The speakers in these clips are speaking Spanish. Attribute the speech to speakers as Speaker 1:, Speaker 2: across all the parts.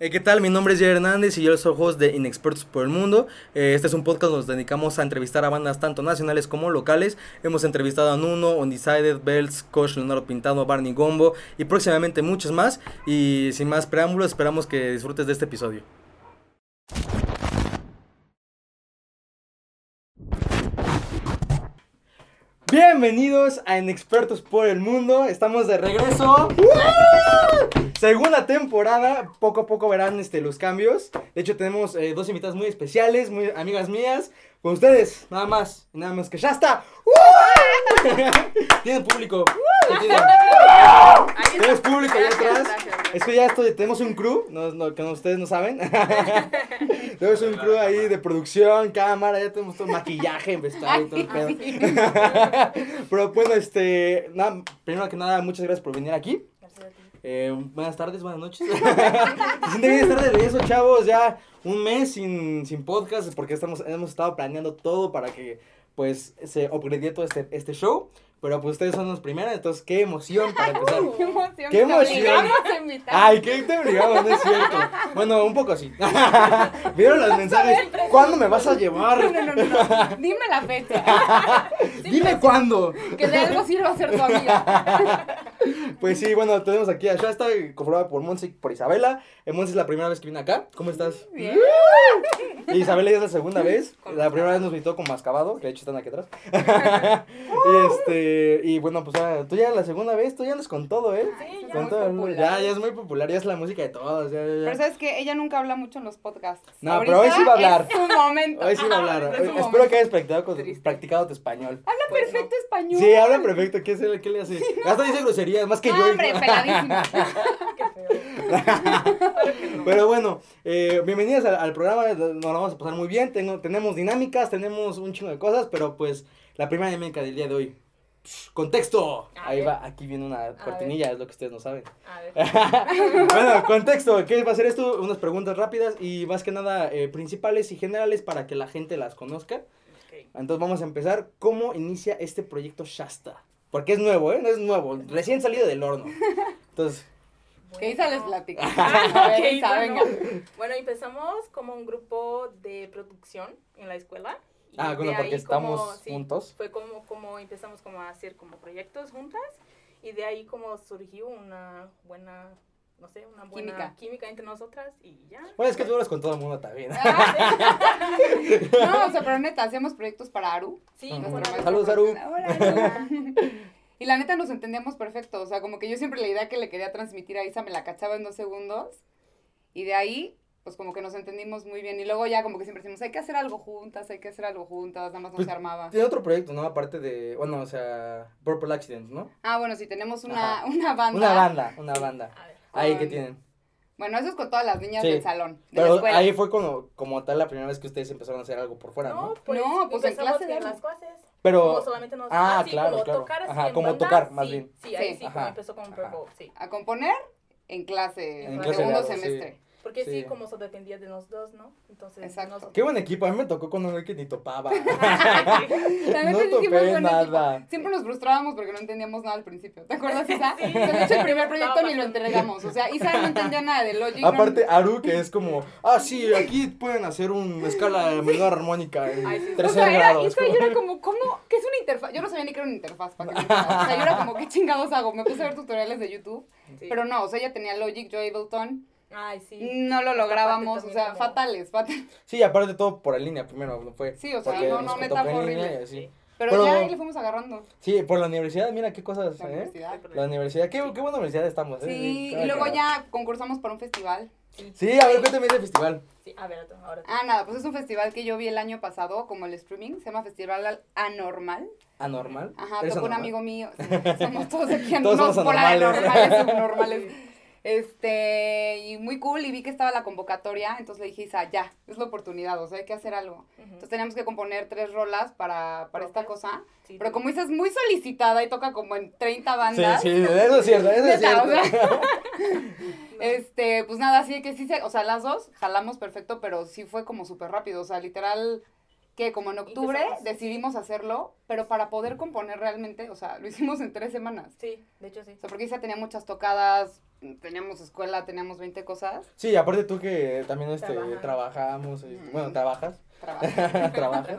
Speaker 1: Eh, ¿Qué tal? Mi nombre es Jair Hernández y yo soy host de Inexpertos por el Mundo. Eh, este es un podcast donde nos dedicamos a entrevistar a bandas tanto nacionales como locales. Hemos entrevistado a Nuno, Undecided, Belts, Koch, Leonardo Pintado, Barney Gombo y próximamente muchos más. Y sin más preámbulos, esperamos que disfrutes de este episodio. Bienvenidos a Inexpertos por el Mundo. Estamos de regreso. Segunda temporada. Poco a poco verán este, los cambios. De hecho, tenemos eh, dos invitadas muy especiales, muy amigas mías. Con ustedes, nada más, nada más que ya está. Tienen público. ¿Qué tienen?
Speaker 2: Ahí
Speaker 1: Tienes público allá
Speaker 2: Gracias,
Speaker 1: atrás.
Speaker 2: gracias.
Speaker 1: Es que ya estoy, tenemos un crew, no, no, que no- ustedes no saben. tenemos un crew ahí de producción, cámara, ya tenemos todo maquillaje, vestuario y todo el pedo. Pero bueno, este, nada, primero que nada, muchas gracias por venir aquí. Eh, buenas tardes, buenas noches. Se siente bien estar de regreso, chavos. Ya un mes sin, sin podcast porque estamos, hemos estado planeando todo para que pues se upgradee todo este, este show. Pero pues ustedes son los primeros, entonces qué emoción para empezar.
Speaker 2: ¡Qué emoción!
Speaker 1: ¡Qué
Speaker 2: que nos
Speaker 1: emoción!
Speaker 2: obligamos a invitar.
Speaker 1: Ay, qué te obligamos, no es cierto. Bueno, un poco sí. Vieron los mensajes. ¿Cuándo me vas a llevar?
Speaker 2: No, no, no, no. Dime la fecha.
Speaker 1: Dime cuándo.
Speaker 2: Que de algo sirva ser tu amiga.
Speaker 1: Pues sí, bueno, tenemos aquí a Shasta, conformada por Monse y por Isabela. Eh, Monse es la primera vez que viene acá. ¿Cómo estás?
Speaker 2: Bien.
Speaker 1: Y Isabela ya es la segunda vez.
Speaker 2: ¿Cómo
Speaker 1: La primera vez nos visitó con Mascabado, que de hecho están aquí atrás. y este, y bueno, pues ahora, tú ya la segunda vez, tú ya andas con todo, ¿eh?
Speaker 2: Sí, ya
Speaker 1: con
Speaker 2: muy
Speaker 1: todo el mundo.
Speaker 2: popular.
Speaker 1: Ya, ya es muy popular, ya es la música de todos. ya, ya, ya.
Speaker 3: Pero sabes que ella nunca habla mucho en los podcasts.
Speaker 1: No, pero hoy sí va a hablar.
Speaker 3: Es su momento.
Speaker 1: Hoy sí va a hablar.
Speaker 3: Es un
Speaker 1: Espero
Speaker 3: momento.
Speaker 1: que hayas practicado, con-
Speaker 3: Triste.
Speaker 1: practicado tu español.
Speaker 3: Habla perfecto español.
Speaker 1: Sí, habla perfecto. ¿Qué, se- qué le hace? Hasta dice groserías, más que
Speaker 3: No,
Speaker 1: yo.
Speaker 3: hombre, peladísima.
Speaker 1: Pero bueno, eh, bienvenidas al, al programa, nos la vamos a pasar muy bien, tengo, tenemos dinámicas, tenemos un chingo de cosas, pero pues la primera dinámica del día de hoy. Psh, Contexto.
Speaker 2: A
Speaker 1: Ahí
Speaker 2: ver.
Speaker 1: va, aquí viene una cortinilla, es lo que ustedes no saben.
Speaker 2: A ver.
Speaker 1: bueno, contexto, ¿qué va a ser esto? Unas preguntas rápidas y más que nada eh, principales y generales para que la gente las conozca. Entonces vamos a empezar. ¿Cómo inicia este proyecto Shasta? Porque es nuevo, ¿eh? No es nuevo, recién salido del horno. Entonces,
Speaker 3: Que Isa les platica.
Speaker 2: Ah,
Speaker 3: A ver,
Speaker 2: ok,
Speaker 3: Isa,
Speaker 2: bueno.
Speaker 3: venga.
Speaker 4: Bueno, empezamos como un grupo de producción en la escuela. y
Speaker 1: ah, bueno,
Speaker 4: de ahí
Speaker 1: porque
Speaker 4: como-
Speaker 1: estamos
Speaker 4: sí,
Speaker 1: juntos.
Speaker 4: Fue como, como empezamos como a hacer como proyectos juntas y de ahí como surgió una buena, no sé, una buena
Speaker 3: Química.
Speaker 4: química, entre nosotras y ya.
Speaker 1: Bueno, es que tú hablas con todo el mundo también.
Speaker 3: Ah. No, o sea, pero neta, hacíamos proyectos para Aru.
Speaker 4: Sí,
Speaker 1: Ujú.
Speaker 4: como
Speaker 3: nuestra maestra
Speaker 1: Saludos, Aru.
Speaker 3: profesora. Hola, Aru. Y la neta nos entendíamos perfecto. O sea, como que yo siempre la idea que le quería transmitir a Isa me la cachaba en dos segundos. Y de ahí, pues como que nos entendimos muy bien. Y luego ya como que siempre decimos, hay que hacer algo juntas, hay que hacer algo juntas. Nada más no
Speaker 1: Pues,
Speaker 3: se armaba.
Speaker 1: Tiene otro proyecto, ¿no? Aparte de, bueno, o sea, Purple Accident, ¿no?
Speaker 3: Ah, bueno, sí, tenemos una,
Speaker 1: Ajá.
Speaker 3: una banda.
Speaker 1: Una banda, una banda.
Speaker 4: a ver.
Speaker 1: Ahí que
Speaker 3: Con-
Speaker 1: tienen.
Speaker 3: Bueno, eso es con todas las niñas
Speaker 1: Sí.
Speaker 3: del salón, de la
Speaker 1: Pero
Speaker 3: escuela.
Speaker 1: ahí fue como, como tal la primera vez que ustedes empezaron a hacer algo por fuera, ¿no?
Speaker 4: No, pues,
Speaker 3: No, pues en
Speaker 4: empezamos
Speaker 3: clase de
Speaker 4: en
Speaker 3: algo.
Speaker 4: las clases. como
Speaker 1: Pero,
Speaker 4: solamente nos
Speaker 1: Ah,
Speaker 4: sí,
Speaker 1: claro,
Speaker 4: como
Speaker 1: claro.
Speaker 4: tocar así
Speaker 1: Ajá,
Speaker 4: en
Speaker 1: como
Speaker 4: banda,
Speaker 1: tocar, más
Speaker 4: sí,
Speaker 1: bien.
Speaker 4: Sí, ahí
Speaker 3: Sí.
Speaker 4: sí, como
Speaker 1: Ajá.
Speaker 4: empezó con
Speaker 1: Ajá.
Speaker 4: Purple, sí.
Speaker 3: A componer en clase,
Speaker 4: En
Speaker 3: en
Speaker 4: clase de
Speaker 3: segundo
Speaker 1: algo, sí.
Speaker 3: semestre.
Speaker 4: Porque sí,
Speaker 1: Sí.
Speaker 4: como eso dependía de los dos, ¿no? Entonces,
Speaker 3: Exacto.
Speaker 4: nosotros-
Speaker 1: qué buen equipo. A mí me tocó con un güey que ni topaba.
Speaker 3: La
Speaker 1: No
Speaker 3: neta sí hicimos
Speaker 1: topé
Speaker 3: buen
Speaker 1: nada.
Speaker 3: equipo. Siempre nos frustrábamos porque no entendíamos nada al principio. ¿Te acuerdas, Isa? O sea, de hecho, el primer proyecto ni lo entregamos. O sea, Isa no entendía nada de Logic. no-
Speaker 1: Aparte, Aru, que es como, ah, sí, aquí pueden hacer una escala menor armónica en
Speaker 4: Ay, sí.
Speaker 3: o
Speaker 1: tercer
Speaker 3: sea, era,
Speaker 1: grado.
Speaker 3: Isa, yo era como, ¿cómo? ¿Qué es una interfaz? Yo no sabía ni qué era una interfaz. Para que me entiendas. o sea, yo era como, ¿qué chingados hago? Me puse a ver tutoriales de YouTube.
Speaker 4: sí.
Speaker 3: Pero no, o sea, ella tenía Logic, yo Ableton.
Speaker 4: Ay, sí.
Speaker 3: No lo lográbamos, o
Speaker 4: también
Speaker 3: sea,
Speaker 4: como-
Speaker 3: fatales, fatales.
Speaker 1: Sí, aparte todo por la línea primero, ¿no fue?
Speaker 3: Sí, o sea,
Speaker 1: Porque
Speaker 3: no, no,
Speaker 1: nos
Speaker 3: neta,
Speaker 1: tocó
Speaker 3: fue
Speaker 1: en línea
Speaker 3: horrible.
Speaker 1: y así.
Speaker 3: Pero,
Speaker 1: Pero-
Speaker 3: ya ahí le fuimos agarrando
Speaker 1: Sí, por la universidad, mira qué cosas,
Speaker 3: la
Speaker 1: ¿eh?
Speaker 3: universidad.
Speaker 1: La universidad, qué, qué buena universidad estamos, ¿eh?
Speaker 3: Sí,
Speaker 1: cada
Speaker 3: y luego
Speaker 1: carajo.
Speaker 3: ya concursamos para un festival.
Speaker 1: Sí, a ver, cuéntame ese festival.
Speaker 4: Sí, a ver, ahora tú.
Speaker 3: Ah, nada, pues es un festival que yo vi el año pasado, como el streaming, se llama Festival Al- Anormal.
Speaker 1: Anormal.
Speaker 3: Ajá,
Speaker 1: ¿Eres
Speaker 3: tocó un
Speaker 1: anormal?
Speaker 3: amigo mío. sí, Somos todos aquí en
Speaker 1: Todos
Speaker 3: unos
Speaker 1: somos
Speaker 3: por ahí,
Speaker 1: anormales.
Speaker 3: normales, subnormales. Este, y muy cool, y vi que estaba la convocatoria, entonces le dije, Isa, ya, es la oportunidad, o sea, hay que hacer algo. Ah, Entonces teníamos que componer tres rolas para, para esta
Speaker 4: Propias.
Speaker 3: cosa,
Speaker 4: Sí,
Speaker 3: pero
Speaker 4: sí.
Speaker 3: como Isa es muy solicitada y toca como en 30 bandas,
Speaker 1: Sí, sí, eso es cierto, eso es
Speaker 3: Neta,
Speaker 1: cierto.
Speaker 3: o Este, pues nada, así que sí se, o sea, las dos jalamos perfecto, pero sí fue como súper rápido, o sea, literal que como en octubre
Speaker 4: Empezamos.
Speaker 3: decidimos hacerlo, pero para poder componer realmente, o sea, lo hicimos en tres semanas.
Speaker 4: Sí, de hecho sí.
Speaker 3: O sea, porque Isa tenía muchas tocadas, teníamos escuela, teníamos 20 cosas.
Speaker 1: Sí, aparte tú que también este,
Speaker 4: Trabaja.
Speaker 1: trabajamos, y-
Speaker 3: Ujú.
Speaker 1: bueno, trabajas,
Speaker 3: Trabajo.
Speaker 1: trabajas.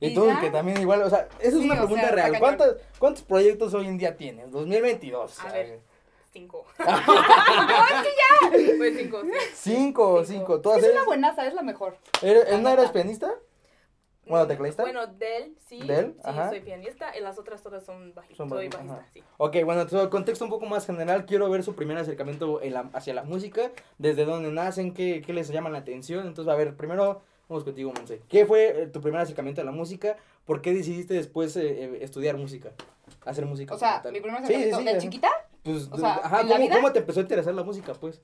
Speaker 1: Y
Speaker 3: ¿Y
Speaker 1: tú
Speaker 3: ya?
Speaker 1: que también igual, o sea, esa es
Speaker 3: Sí,
Speaker 1: una
Speaker 3: o
Speaker 1: pregunta
Speaker 3: sea, está
Speaker 1: real.
Speaker 3: cañón.
Speaker 1: ¿Cuántos, ¿Cuántos proyectos hoy en día tienes? 2022.
Speaker 4: A ver. Cinco. Pues cinco, sí.
Speaker 1: Cinco,
Speaker 4: Cinco.
Speaker 1: cinco.
Speaker 3: Es
Speaker 1: Todas
Speaker 3: que es una
Speaker 1: eres-
Speaker 3: buenaza, es la mejor.
Speaker 1: eres-
Speaker 4: la
Speaker 1: ¿No eres
Speaker 4: neta.
Speaker 1: pianista? Bueno, tecladista.
Speaker 4: Bueno, Del, sí.
Speaker 1: Del,
Speaker 4: sí,
Speaker 1: ajá.
Speaker 4: soy pianista y las otras todas son bajistas.
Speaker 1: Son
Speaker 4: soy
Speaker 1: baji-
Speaker 4: bajista,
Speaker 1: ajá.
Speaker 4: sí.
Speaker 1: Ok, bueno, todo el contexto un poco más general, quiero ver su primer acercamiento en la- hacia la música, desde dónde nacen, qué, qué les llama la atención. Entonces, a ver, primero vamos contigo, Monse. ¿Qué fue eh, tu primer acercamiento a la música? ¿Por qué decidiste después eh, eh, estudiar música? Hacer música.
Speaker 3: O sea,
Speaker 1: como tal?
Speaker 3: mi primer
Speaker 1: Sí,
Speaker 3: acercamiento
Speaker 1: sí, sí,
Speaker 3: de
Speaker 1: ajá.
Speaker 3: chiquita,
Speaker 1: Pues,
Speaker 3: o sea,
Speaker 1: ajá,
Speaker 3: en la
Speaker 1: ¿cómo,
Speaker 3: vida-
Speaker 1: cómo te empezó a interesar la música, pues?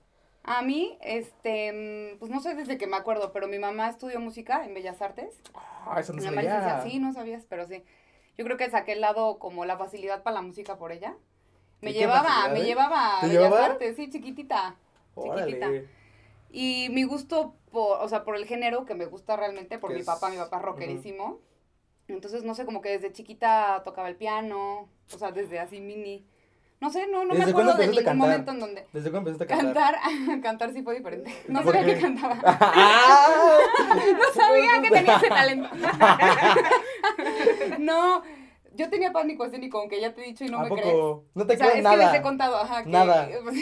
Speaker 3: a mí, este, mm, pues no sé desde que me acuerdo, pero mi mamá estudió música en Bellas Artes.
Speaker 1: Ah, eso no
Speaker 3: Mi
Speaker 1: se
Speaker 3: mamá licenciada, sí, no sabías, pero sí. Yo creo que saqué el lado como la facilidad para la música por ella. Me
Speaker 1: ¿Y qué
Speaker 3: llevaba,
Speaker 1: facilidad,
Speaker 3: me
Speaker 1: eh?
Speaker 3: llevaba a
Speaker 1: ¿Te
Speaker 3: Bellas
Speaker 1: llevaba?
Speaker 3: Artes, sí, chiquitita.
Speaker 1: Órale.
Speaker 3: Chiquitita. Y mi gusto por, o sea, por el género que me gusta realmente, por
Speaker 1: Que
Speaker 3: mi
Speaker 1: es-
Speaker 3: papá, mi papá rockerísimo. Entonces, no sé, como que desde chiquita tocaba el piano, o sea, desde así mini. No sé, no, no me
Speaker 1: ¿Desde cuándo
Speaker 3: acuerdo de
Speaker 1: empezaste a
Speaker 3: ningún momento
Speaker 1: cantar?
Speaker 3: en donde
Speaker 1: ¿Desde cuándo empezaste a cantar?
Speaker 3: cantar, cantar sí fue diferente. No
Speaker 1: ¿Por
Speaker 3: sabía que
Speaker 1: qué?
Speaker 3: cantaba.
Speaker 1: ¡Ah!
Speaker 3: No sabía que tenía ese talento. No, yo tenía pánico escénico, aunque ya te he dicho y no
Speaker 1: ¿A
Speaker 3: me
Speaker 1: poco?
Speaker 3: crees.
Speaker 1: No te
Speaker 3: O sea,
Speaker 1: crees
Speaker 3: es que
Speaker 1: nada.
Speaker 3: les he contado, ajá, que
Speaker 1: Nada.
Speaker 3: pues,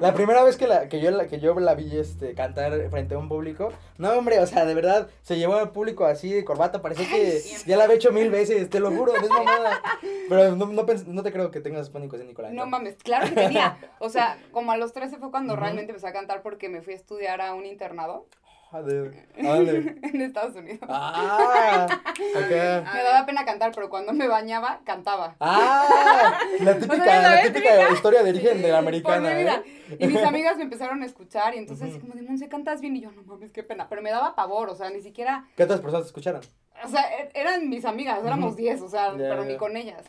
Speaker 1: La primera vez que, la, que, yo, la, que yo la vi este, cantar frente a un público, no hombre, o sea, de verdad, se llevó al público así de corbata, parecía que
Speaker 4: siempre.
Speaker 1: ya la había hecho mil veces, te lo juro, no es mamada. Pero no, no, pens- no te creo que tengas pánico ese Nicolás.
Speaker 3: No mames, claro que tenía. O sea, como a los 13 fue cuando
Speaker 1: Ujú.
Speaker 3: realmente empecé a cantar porque me fui a estudiar a un internado
Speaker 1: Joder, ¿a dónde?
Speaker 3: en Estados Unidos.
Speaker 1: Ah, acá.
Speaker 3: Me daba pena cantar, pero cuando me bañaba, cantaba.
Speaker 1: Ah, la
Speaker 3: O sea,
Speaker 1: típica,
Speaker 3: la
Speaker 1: la
Speaker 3: vez
Speaker 1: típica historia de origen de la
Speaker 3: Por mi
Speaker 1: americana.
Speaker 3: vida.
Speaker 1: ¿eh?
Speaker 3: Y mis amigas me empezaron a escuchar y entonces
Speaker 1: Ujú.
Speaker 3: como de, Monse, cantas bien. Y yo, no mames, qué pena. Pero me daba pavor, o sea, ni siquiera...
Speaker 1: ¿Qué otras personas escucharon?
Speaker 3: O sea, er- eran mis amigas, éramos
Speaker 1: Ujú.
Speaker 3: 10, o sea,
Speaker 1: Ya,
Speaker 3: pero ni
Speaker 1: ya.
Speaker 3: con ellas.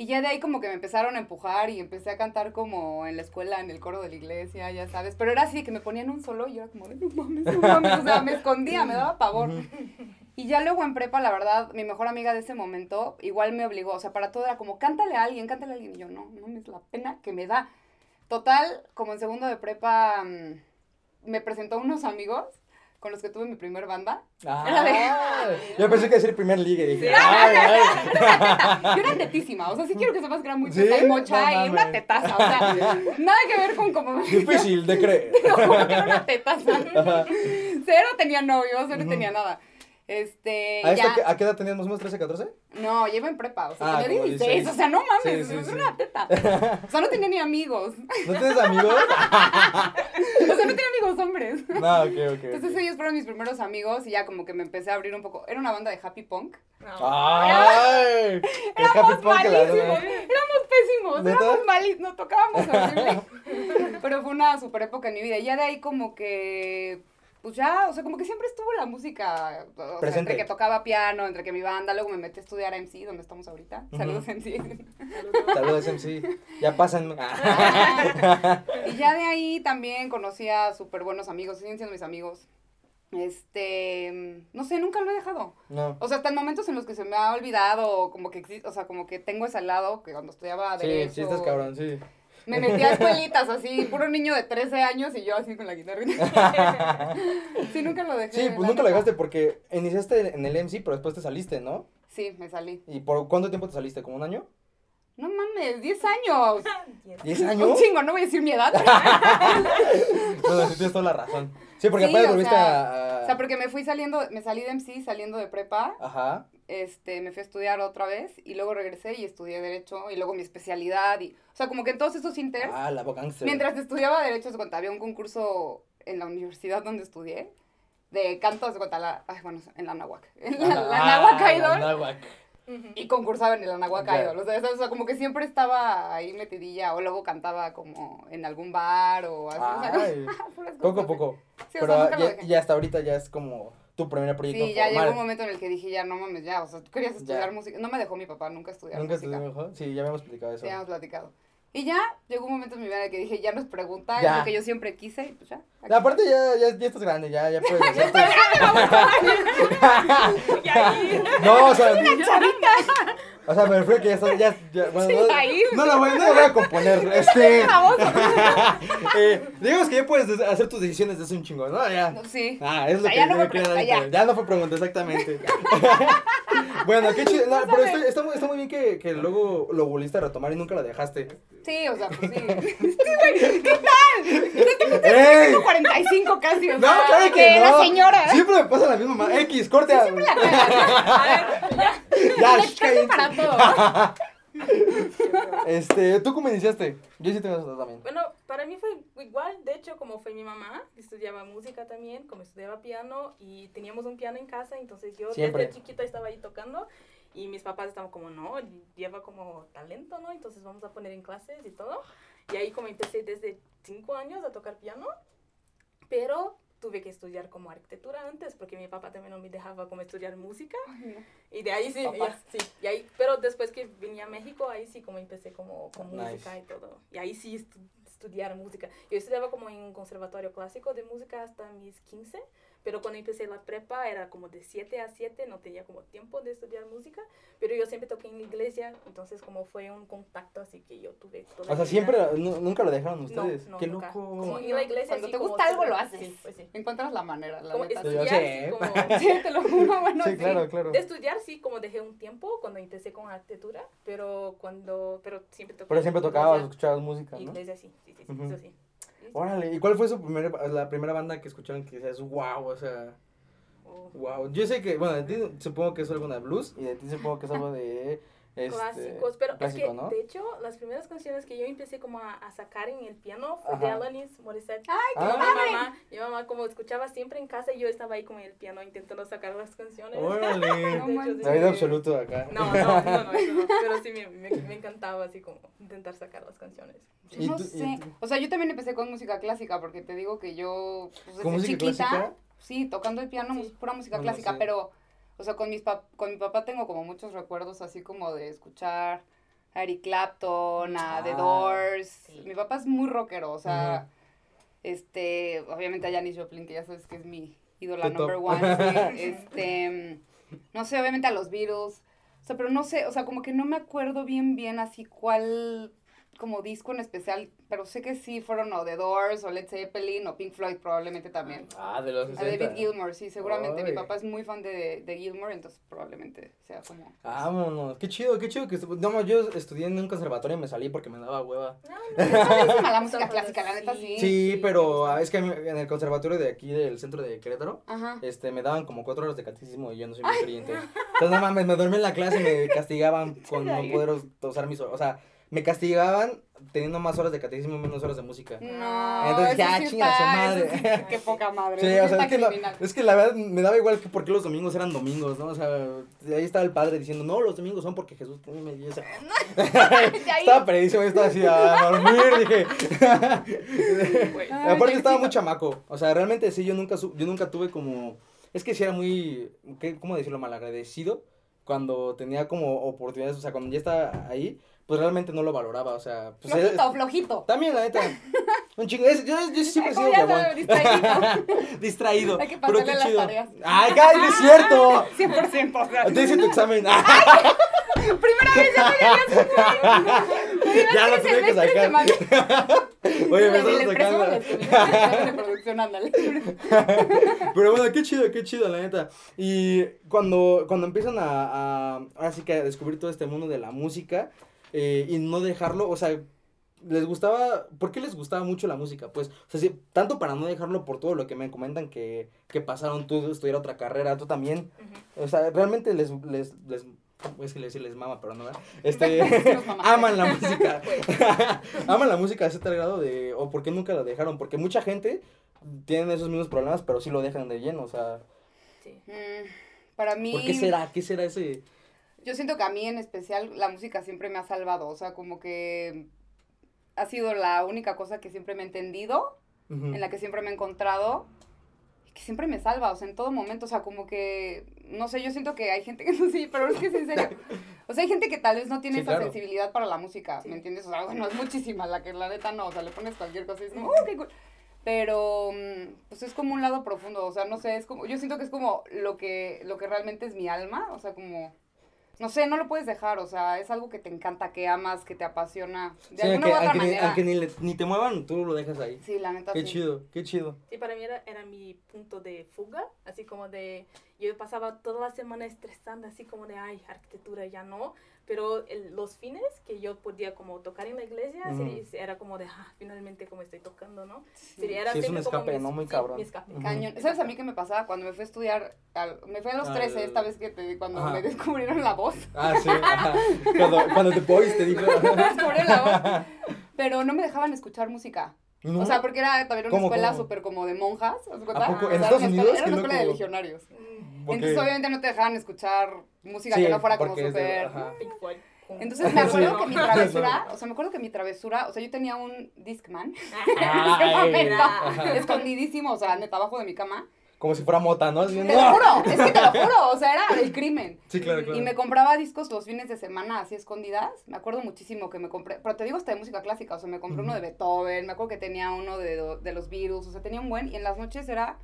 Speaker 3: Y ya de ahí como que me empezaron a empujar y empecé a cantar como en la escuela, en el coro de la iglesia, ya sabes. Pero era así de que me ponían un solo y yo era como, de, no mames, no mames. O sea, me escondía, me daba pavor.
Speaker 1: Ujú.
Speaker 3: Y ya luego en prepa, la verdad, mi mejor amiga de ese momento igual me obligó, o sea, para todo era como, cántale a alguien, cántale a alguien. Y yo, no, no es la pena que me da. Total, como en segundo de prepa, mm, me presentó a unos amigos con los que tuve mi primer banda. Era de-
Speaker 1: Ah, yo pensé que decir primer ligue, dije. ay, ay.
Speaker 3: Yo era tetísima, o sea, sí quiero que sepas que era muy
Speaker 1: ¿Sí?
Speaker 3: teta y mocha
Speaker 1: No
Speaker 3: y una
Speaker 1: mames.
Speaker 3: tetaza, o sea, nada que ver con cómo me
Speaker 1: Difícil de creer.
Speaker 3: Te lo juro que era una tetaza.
Speaker 1: Ajá.
Speaker 3: Cero tenía novio, cero
Speaker 1: Ujú.
Speaker 3: tenía nada. Este,
Speaker 1: ¿A,
Speaker 3: ya.
Speaker 1: esta, ¿A qué edad tenías más o menos 13, 14?
Speaker 3: No, lleva en prepa, o sea,
Speaker 1: Ah,
Speaker 3: tenía
Speaker 1: como
Speaker 3: 16,
Speaker 1: 16.
Speaker 3: o sea, no mames,
Speaker 1: Sí, sí,
Speaker 3: es
Speaker 1: sí.
Speaker 3: una teta. O sea, no tenía ni amigos.
Speaker 1: ¿No tienes amigos?
Speaker 3: O sea, no tenía amigos hombres.
Speaker 1: No, ok, ok.
Speaker 3: Entonces
Speaker 1: ok.
Speaker 3: ellos fueron mis primeros amigos y ya como que me empecé a abrir un poco. Era una banda de happy punk.
Speaker 1: ¡Ay! Es Happy Punk la
Speaker 3: malísimos,
Speaker 1: verdad.
Speaker 3: éramos pésimos,
Speaker 1: ¿Neta?
Speaker 3: éramos malísimos, no tocábamos horrible. Pero fue una super época en mi vida. Y ya de ahí como que, pues ya, o sea, como que siempre estuvo la música. o sea,
Speaker 1: Presente.
Speaker 3: entre que tocaba piano, entre que mi banda, luego me metí a estudiar a MC, donde estamos ahorita.
Speaker 1: Ujú.
Speaker 3: Saludos MC.
Speaker 1: Saludos, MC. Ya pasan. Ah,
Speaker 3: y ya de ahí también conocí a súper buenos amigos, siguen siendo mis amigos. Este, no sé, nunca lo he dejado.
Speaker 1: No.
Speaker 3: O sea, hasta en momentos en los que se me ha olvidado, como que existe, o sea, como que tengo ese lado que cuando estudiaba
Speaker 1: Sí,
Speaker 3: derecho.
Speaker 1: sí, estás cabrón, sí.
Speaker 3: Me metí a escuelitas así, puro niño de 13 años y yo así con la guitarra.
Speaker 1: Ah.
Speaker 3: sí, nunca lo dejé.
Speaker 1: Sí,
Speaker 3: la
Speaker 1: pues nunca la
Speaker 3: neta.
Speaker 1: dejaste porque iniciaste en el MC, pero después te saliste, ¿no?
Speaker 3: Sí, me salí.
Speaker 1: ¿Y por cuánto tiempo te saliste? ¿Como un año?
Speaker 3: No mames, 10 años.
Speaker 1: ¿Diez
Speaker 3: Un
Speaker 1: años?
Speaker 3: chingo, no voy a decir mi edad.
Speaker 1: No, sí, tienes toda la razón. Sí, porque
Speaker 3: Sí,
Speaker 1: apenas
Speaker 3: o
Speaker 1: volviste
Speaker 3: sea,
Speaker 1: a.
Speaker 3: o sea, porque me fui saliendo, me salí de MC saliendo de prepa,
Speaker 1: Ajá.
Speaker 3: este, me fui a estudiar otra vez y luego regresé y estudié Derecho y luego mi especialidad y, o sea, como que en todos esos inters,
Speaker 1: Ah, la boca gangster.
Speaker 3: mientras estudiaba Derecho, se cuenta, había un concurso en la universidad donde estudié de canto, se cuenta, la, ay, bueno, en la Nahuac, en la, la Nahuac
Speaker 1: Ah,
Speaker 3: Idol.
Speaker 1: La Nahuac.
Speaker 4: Ujú.
Speaker 3: y concursaba en el Anahuac
Speaker 1: Ya.
Speaker 3: Idol, o sea, ¿sabes? O sea, como que siempre estaba ahí metidilla, o luego cantaba como en algún bar o así, o sea, como-
Speaker 1: Ay,
Speaker 3: puras cosas
Speaker 1: Poco a
Speaker 3: así.
Speaker 1: poco.
Speaker 3: Sí, o
Speaker 1: Pero
Speaker 3: sea, nunca
Speaker 1: ah,
Speaker 3: lo
Speaker 1: ya,
Speaker 3: dejé.
Speaker 1: ya hasta ahorita ya es como tu primer proyecto
Speaker 3: sí, ya
Speaker 1: formal.
Speaker 3: llegó un momento en el que dije, ya, no mames, ya, o sea, tú querías
Speaker 1: Ya.
Speaker 3: estudiar música, no me dejó mi papá nunca estudiar
Speaker 1: ¿Nunca
Speaker 3: música,
Speaker 1: estuvimos- ajá? Sí, ya habíamos platicado eso.
Speaker 3: sí, habíamos platicado. Y ya llegó un momento en mi vida que dije, ya nos pregunta,
Speaker 1: Ya.
Speaker 3: es lo que yo siempre quise, y pues ya. aquí
Speaker 1: Aparte ya, ya, ya estás grande, ya, ya puedes. ya estás-
Speaker 4: Y ahí,
Speaker 1: No, o sea. O sea, me refiero que ya estás. Ya, ya- bueno, no,
Speaker 3: ahí.
Speaker 1: no, la voy, no la voy a componer. Este. eh, digamos que ya puedes des- hacer tus decisiones desde un chingo, ¿no? Ya.
Speaker 3: No, sí.
Speaker 1: Ah, es lo
Speaker 3: Ah,
Speaker 1: que
Speaker 3: ya
Speaker 1: yo
Speaker 3: no
Speaker 1: me quería dar a
Speaker 3: fue pregunta,
Speaker 1: entender. Ya no fue pregunta, exactamente. bueno, qué chido. No, pero está, está muy, está muy bien que, que luego lo volviste a retomar y nunca lo dejaste.
Speaker 3: Sí, o sea, pues sí. Este güey, ¿qué tal?
Speaker 1: ¡Ey!
Speaker 3: Tengo 45 casi, o
Speaker 1: No,
Speaker 3: sea,
Speaker 1: claro que no.
Speaker 3: La señora.
Speaker 1: Siempre me pasa la misma ma- X, corte. a-
Speaker 3: Siempre la cagas.
Speaker 1: ya,
Speaker 3: La experta para todo.
Speaker 1: Este, ¿tú cómo iniciaste? Yo sí tengo eso también.
Speaker 4: Bueno, para mí fue igual, de hecho, como fue mi mamá, que estudiaba música también, como estudiaba piano y teníamos un piano en casa, entonces yo
Speaker 1: Siempre.
Speaker 4: desde chiquita estaba ahí tocando y mis papás estaban como, no, lleva como talento, ¿no? Entonces vamos a poner en clases y todo. Y ahí como empecé desde cinco años a tocar piano, pero tuve que estudiar como arquitectura antes porque mi papá también no me dejaba como estudiar música. Y de ahí sí,
Speaker 3: Papás.
Speaker 4: ya, sí, y ahí, pero después que vine a México, ahí sí como empecé como con
Speaker 1: Nice.
Speaker 4: música y todo. Y ahí sí estu- estudiar música. Yo estudiaba como en un conservatorio clásico de música hasta mis 15, pero cuando empecé la prepa era como de 7 a 7, no tenía como tiempo de estudiar música, pero yo siempre toqué en la iglesia, entonces como fue un contacto así que yo tuve. toda
Speaker 1: O sea,
Speaker 4: mi
Speaker 1: siempre,
Speaker 4: vida.
Speaker 1: nu- nunca lo dejaron
Speaker 4: No,
Speaker 1: ustedes.
Speaker 4: no,
Speaker 1: Qué
Speaker 4: nunca. Como
Speaker 1: loco.
Speaker 4: ir a la iglesia
Speaker 3: Cuando
Speaker 4: sí,
Speaker 3: te
Speaker 4: como
Speaker 3: gusta algo, lo
Speaker 4: siempre-
Speaker 3: haces.
Speaker 4: Sí, pues sí.
Speaker 3: Encuentras la manera, la
Speaker 4: Como
Speaker 3: neta.
Speaker 1: estoy-
Speaker 4: estudiar, sí,
Speaker 1: yo
Speaker 4: como...
Speaker 3: Sí, te lo juro, bueno,
Speaker 1: Sí, claro, claro.
Speaker 4: De estudiar sí, como dejé un tiempo cuando empecé con arquitectura, pero cuando, pero siempre tocaba.
Speaker 1: Pero siempre tocabas,
Speaker 4: iglesia,
Speaker 1: escuchabas música, ¿no?
Speaker 4: iglesia, sí, sí, sí, sí,
Speaker 1: Ujú.
Speaker 4: eso sí.
Speaker 1: Órale, ¿y cuál fue su primer, la primera banda que escucharon que dices, wow, o sea,
Speaker 4: O
Speaker 1: wow? Yo sé que, bueno, de ti supongo que es algo de blues y de ti supongo que es algo de... este,
Speaker 4: clásicos, pero
Speaker 1: clásico,
Speaker 4: es que,
Speaker 1: ¿no?
Speaker 4: de hecho, las primeras canciones que yo empecé como a, a sacar en el piano fue de
Speaker 1: Ajá.
Speaker 4: Alanis Morissette.
Speaker 1: Ah,
Speaker 4: Mi mamá, mi mamá como escuchaba siempre en casa y yo estaba ahí como en el piano intentando sacar las canciones.
Speaker 1: órale.
Speaker 4: No
Speaker 3: No
Speaker 4: manches.
Speaker 1: David absoluto acá.
Speaker 4: No, no, no, no, eso no, pero sí me, me, me encantaba así como intentar sacar las canciones.
Speaker 1: ¿Y
Speaker 3: No
Speaker 1: tú- y
Speaker 3: sé.
Speaker 1: tú?
Speaker 3: O sea, yo también empecé con música clásica, porque te digo que yo, pues, desde
Speaker 1: ¿Con música
Speaker 3: chiquita,
Speaker 1: clásica?
Speaker 3: sí, tocando el piano, pues,
Speaker 4: Sí.
Speaker 3: pura música
Speaker 1: No, no
Speaker 3: clásica,
Speaker 1: sé.
Speaker 3: pero, o sea, con, mis pap- con mi papá tengo como muchos recuerdos así como de escuchar a Eric Clapton, a The
Speaker 1: Ah,
Speaker 3: Doors.
Speaker 4: sí.
Speaker 3: Mi papá es muy rockero, o sea, este, obviamente a Janis Joplin, que ya sabes que es mi ídola
Speaker 1: Tu top.
Speaker 3: number one, sí, este, no sé, obviamente a los Beatles. O sea, pero no sé, o sea, como que no me acuerdo bien, bien así cuál como disco en especial, pero sé que sí fueron o The Doors o Led Zeppelin o Pink Floyd probablemente también.
Speaker 1: Ah, de los
Speaker 3: A David
Speaker 1: 60.
Speaker 3: Gilmour, sí, seguramente.
Speaker 1: Ay.
Speaker 3: Mi papá es muy fan de, de Gilmour, entonces probablemente sea como...
Speaker 1: Vámonos, qué chido, qué chido que estuvo. No, yo estudié en un conservatorio y me salí porque me daba hueva.
Speaker 4: No,
Speaker 3: Padrísima la música
Speaker 4: Son
Speaker 3: clásica, la
Speaker 4: buenas,
Speaker 3: neta sí.
Speaker 4: sí.
Speaker 1: Sí,
Speaker 4: me
Speaker 1: pero
Speaker 4: gusta
Speaker 1: ah, es que a mí- en el conservatorio de aquí del centro de Querétaro,
Speaker 3: Ajá.
Speaker 1: este, me daban como cuatro horas de catecismo y yo no soy muy creyente. Entonces, no mames, me dormí en la clase y me castigaban con no
Speaker 3: Ay.
Speaker 1: poder usar mis horas. O sea, me castigaban teniendo más horas de catecismo y menos horas de música.
Speaker 3: No,
Speaker 1: Entonces,
Speaker 3: eso
Speaker 1: ya,
Speaker 3: sí
Speaker 1: chinga
Speaker 3: está-
Speaker 1: su
Speaker 3: eso
Speaker 1: madre.
Speaker 3: sí, qué poca madre.
Speaker 1: Sí,
Speaker 3: eso sí
Speaker 1: o sea,
Speaker 3: está
Speaker 1: es que, la,
Speaker 3: criminal.
Speaker 1: es que la verdad me daba igual que por qué los domingos eran domingos, ¿no? O sea, ahí estaba el padre diciendo, no, los domingos son porque Jesús me dio esa-
Speaker 3: Y ahí-
Speaker 1: Estaba perdidísimo, yo estaba así a dormir, dije.
Speaker 4: Güey.
Speaker 3: Ay,
Speaker 1: Aparte
Speaker 3: qué
Speaker 1: estaba
Speaker 3: chido.
Speaker 1: muy chamaco, o sea, realmente sí, yo nunca, su- yo nunca tuve como, es que sí era muy, ¿qué- ¿cómo decirlo? Malagradecido cuando tenía como oportunidades, o sea, cuando ya estaba ahí, pues realmente no lo valoraba, o sea, pues era-
Speaker 3: Flojito, flojito.
Speaker 1: también la neta, un chingo, es- yo, yo siempre he
Speaker 3: Como
Speaker 1: sido
Speaker 3: ya
Speaker 1: pues, huevón.
Speaker 3: sabe, distraído.
Speaker 1: distraído,
Speaker 3: Hay que
Speaker 1: pero qué
Speaker 3: pasarle las
Speaker 1: chido.
Speaker 3: tareas.
Speaker 1: Ay, ay, no es cierto,
Speaker 3: 100%. o sea,
Speaker 1: te hice tu examen, Ah,
Speaker 3: Primera vez ya
Speaker 1: ya lo
Speaker 3: tienes
Speaker 1: tuve que
Speaker 3: semestres de
Speaker 1: sacar,
Speaker 3: mami.
Speaker 1: oye, me
Speaker 3: Ándale,
Speaker 1: estás
Speaker 3: le presumo
Speaker 1: sacando.
Speaker 3: las que me hicieron de producción, ándale.
Speaker 1: Pero bueno, qué chido, qué chido, la neta. Y cuando, cuando empiezan a, a, ahora sí que a descubrir todo este mundo de la música eh, y no dejarlo, o sea, les gustaba, ¿por qué les gustaba mucho la música? Pues, o sea, sí, tanto para no dejarlo por todo lo que me comentan que, que pasaron, tú estudiar otra carrera, tú también. O sea, realmente les, les, les, es que le decir les mama, pero no, ¿verdad?
Speaker 3: Sí,
Speaker 1: Este,
Speaker 3: nos mamaste.
Speaker 1: aman la música. aman la música a ese tal grado de, o por qué nunca la dejaron, porque mucha gente tiene esos mismos problemas, pero sí lo dejan de lleno, o sea,
Speaker 4: Sí.
Speaker 3: Mm, Para mí,
Speaker 1: ¿por qué será? ¿Qué será ese?
Speaker 3: yo siento que a mí en especial la música siempre me ha salvado, o sea, como que ha sido la única cosa que siempre me he entendido
Speaker 1: Ujú.
Speaker 3: en la que siempre me he encontrado y que siempre me salva, o sea, en todo momento, o sea, como que, no sé, yo siento que hay gente que no sé, pero es que es en serio. O sea, hay gente que tal vez no tiene
Speaker 1: Sí,
Speaker 3: esa
Speaker 1: claro.
Speaker 3: sensibilidad para la música,
Speaker 4: Sí.
Speaker 3: ¿me entiendes? O sea, bueno, es muchísima la que la neta no, o sea, le pones cualquier cosa y es como, "Oh, qué cool". Pero, mm, pues es como un lado profundo, o sea, no sé, es como, yo siento que es como lo que, lo que realmente es mi alma, o sea, como, no sé, no lo puedes dejar, o sea, es algo que te encanta, que amas, que te apasiona, de
Speaker 1: Sí,
Speaker 3: alguna
Speaker 1: aunque,
Speaker 3: u otra
Speaker 1: aunque ni,
Speaker 3: manera.
Speaker 1: aunque ni le- ni te muevan, tú lo dejas ahí.
Speaker 3: Sí, la neta
Speaker 1: Qué
Speaker 3: sí.
Speaker 1: chido, qué chido.
Speaker 4: Y para mí era, era mi punto de fuga, así como de, yo pasaba toda la semana estresando, así como de, ay, arquitectura ya no, pero el- los fines que yo podía como tocar en la iglesia,
Speaker 1: Ujú.
Speaker 4: sí, era como de, ah, finalmente como estoy tocando, ¿no? Sí, era
Speaker 1: Sí, es un
Speaker 4: siempre como
Speaker 1: escape,
Speaker 4: mi-
Speaker 1: ¿no? Muy
Speaker 4: sí,
Speaker 1: cabrón.
Speaker 4: mi escape.
Speaker 1: Ujú.
Speaker 3: Cañón. ¿Sabes a mí qué me pasaba cuando me fui a estudiar? al- me fui a los
Speaker 1: Al-
Speaker 3: 13, esta vez que te, cuando
Speaker 1: Ajá.
Speaker 3: me descubrieron la voz.
Speaker 1: Ah, sí. ajá. Cuando, cuando te poís, te dijo.
Speaker 3: me descubrieron la voz. Pero no me dejaban escuchar música.
Speaker 1: No.
Speaker 3: O sea, porque era también una
Speaker 1: ¿Cómo,
Speaker 3: escuela
Speaker 1: cómo?
Speaker 3: súper como de monjas. ¿haz de cuenta?
Speaker 1: poco?
Speaker 3: O
Speaker 4: ¿En
Speaker 3: sea,
Speaker 1: Estados
Speaker 3: era una
Speaker 1: Unidos?
Speaker 3: escuela- Era
Speaker 1: Qué
Speaker 3: una escuela de
Speaker 1: loco.
Speaker 3: legionarios.
Speaker 4: Mm,
Speaker 1: Ok.
Speaker 3: Entonces, obviamente no te dejaban escuchar música
Speaker 1: Sí,
Speaker 3: que no fuera como
Speaker 1: porque es de-
Speaker 3: súper... mm,
Speaker 1: ajá.
Speaker 4: Pink Floyd.
Speaker 3: Ah. Entonces me
Speaker 1: Sí.
Speaker 3: acuerdo que mi travesura, o sea, me acuerdo que mi travesura, o sea, yo tenía un Discman
Speaker 1: Ay, Ah, eh, ajá.
Speaker 3: escondidísimo, o sea, neta, abajo de mi cama.
Speaker 1: Como si fuera mota, ¿no? Así,
Speaker 3: Te lo
Speaker 1: ¡no!
Speaker 3: juro, es que te lo juro, o sea, era el crimen.
Speaker 1: Sí, claro, claro.
Speaker 3: Y me compraba discos los fines de semana, así escondidas. Me acuerdo muchísimo que me compré, pero te digo hasta de música clásica, o sea, me compré uno de Beethoven, me acuerdo que tenía uno de, de los Beatles, o sea, tenía un buen, y en las noches era,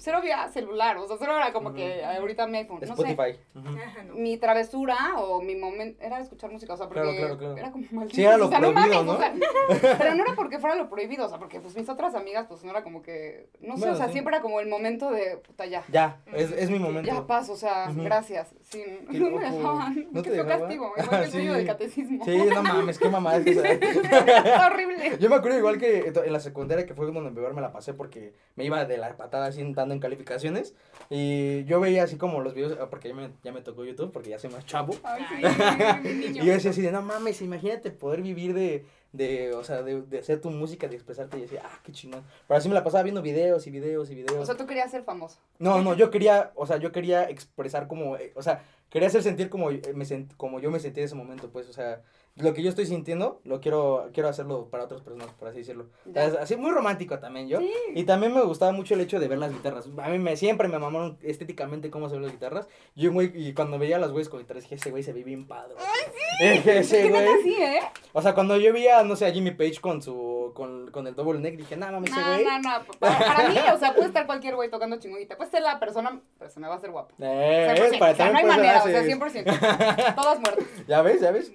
Speaker 3: cero vía celular, o sea, cero era como que ahorita mi iPhone, no sé.
Speaker 1: Spotify. Ujú.
Speaker 4: Ajá, no.
Speaker 3: Mi travesura o mi momento era escuchar música, o sea, porque
Speaker 1: Claro, claro, claro.
Speaker 3: era como maldito.
Speaker 1: Sí, era lo
Speaker 3: o sea,
Speaker 1: prohibido,
Speaker 3: no mames, o sea, pero no era porque fuera lo prohibido, o sea, porque pues mis otras amigas, pues no era como que, no sé,
Speaker 1: Bueno,
Speaker 3: o sea,
Speaker 1: sí.
Speaker 3: siempre era como el momento de, puta, ya,
Speaker 1: Ya, es, es mi momento.
Speaker 3: ya, paz, o sea,
Speaker 1: Ujú.
Speaker 3: gracias. Sí,
Speaker 1: Qué
Speaker 3: no me
Speaker 1: loco.
Speaker 3: dejaban.
Speaker 1: ¿No
Speaker 3: que
Speaker 1: te
Speaker 3: fue
Speaker 1: dejaban?
Speaker 3: castigo, igual que el
Speaker 1: Sí.
Speaker 3: suyo del catecismo.
Speaker 1: Sí, no mames, qué mamada es esa.
Speaker 3: Está horrible.
Speaker 1: Yo me acuerdo igual que ento- en la secundaria, que fue donde peor me la pasé porque me iba de la patada así dando en calificaciones. Y yo veía así como los videos, ah, porque ya me, ya me tocó YouTube, porque ya soy más chavo.
Speaker 3: Ay, sí.
Speaker 4: Ay,
Speaker 1: Y
Speaker 4: niño.
Speaker 1: yo decía así de, no mames, imagínate poder vivir de, de o sea, de, de hacer tu música, de expresarte. Y decía, ah, qué chingón. Pero así me la pasaba viendo videos y videos y videos.
Speaker 3: O sea, tú querías ser famoso.
Speaker 1: No, no, yo quería, o sea, yo quería expresar como, eh, o sea, quería hacer sentir como, eh, me sent- como yo me sentí en ese momento, pues, o sea, lo que yo estoy sintiendo, lo quiero, quiero hacerlo para otras personas, por así decirlo. O sea,
Speaker 3: Ya.
Speaker 1: es así muy romántico también yo. Y también me gustaba mucho el hecho de ver las guitarras. A mí me, siempre me mamaron estéticamente cómo se ven las guitarras. Yo, güey, y cuando veía a los güeyes con guitarras, dije, ese güey se ve bien padre. ¡Ay, sí!
Speaker 3: Es
Speaker 1: ese
Speaker 3: que neta
Speaker 1: güey.
Speaker 3: sí, ¿eh?
Speaker 1: O sea, cuando yo veía, no sé, a Jimmy Page con su, con, con el double neck, dije, nada, mames, ese
Speaker 3: No,
Speaker 1: güey.
Speaker 3: no, no. Para, para mí, o sea, puede estar cualquier güey tocando chinguita. Puede ser la persona, pero se me va a hacer guapo.
Speaker 1: Eh,
Speaker 3: 100%.
Speaker 1: para
Speaker 3: o sea, no hay
Speaker 1: también puede ser
Speaker 3: manera, o sea,
Speaker 1: así.
Speaker 3: 100%. Todos muertos.
Speaker 1: ¿Ya ves? ¿Ya ves?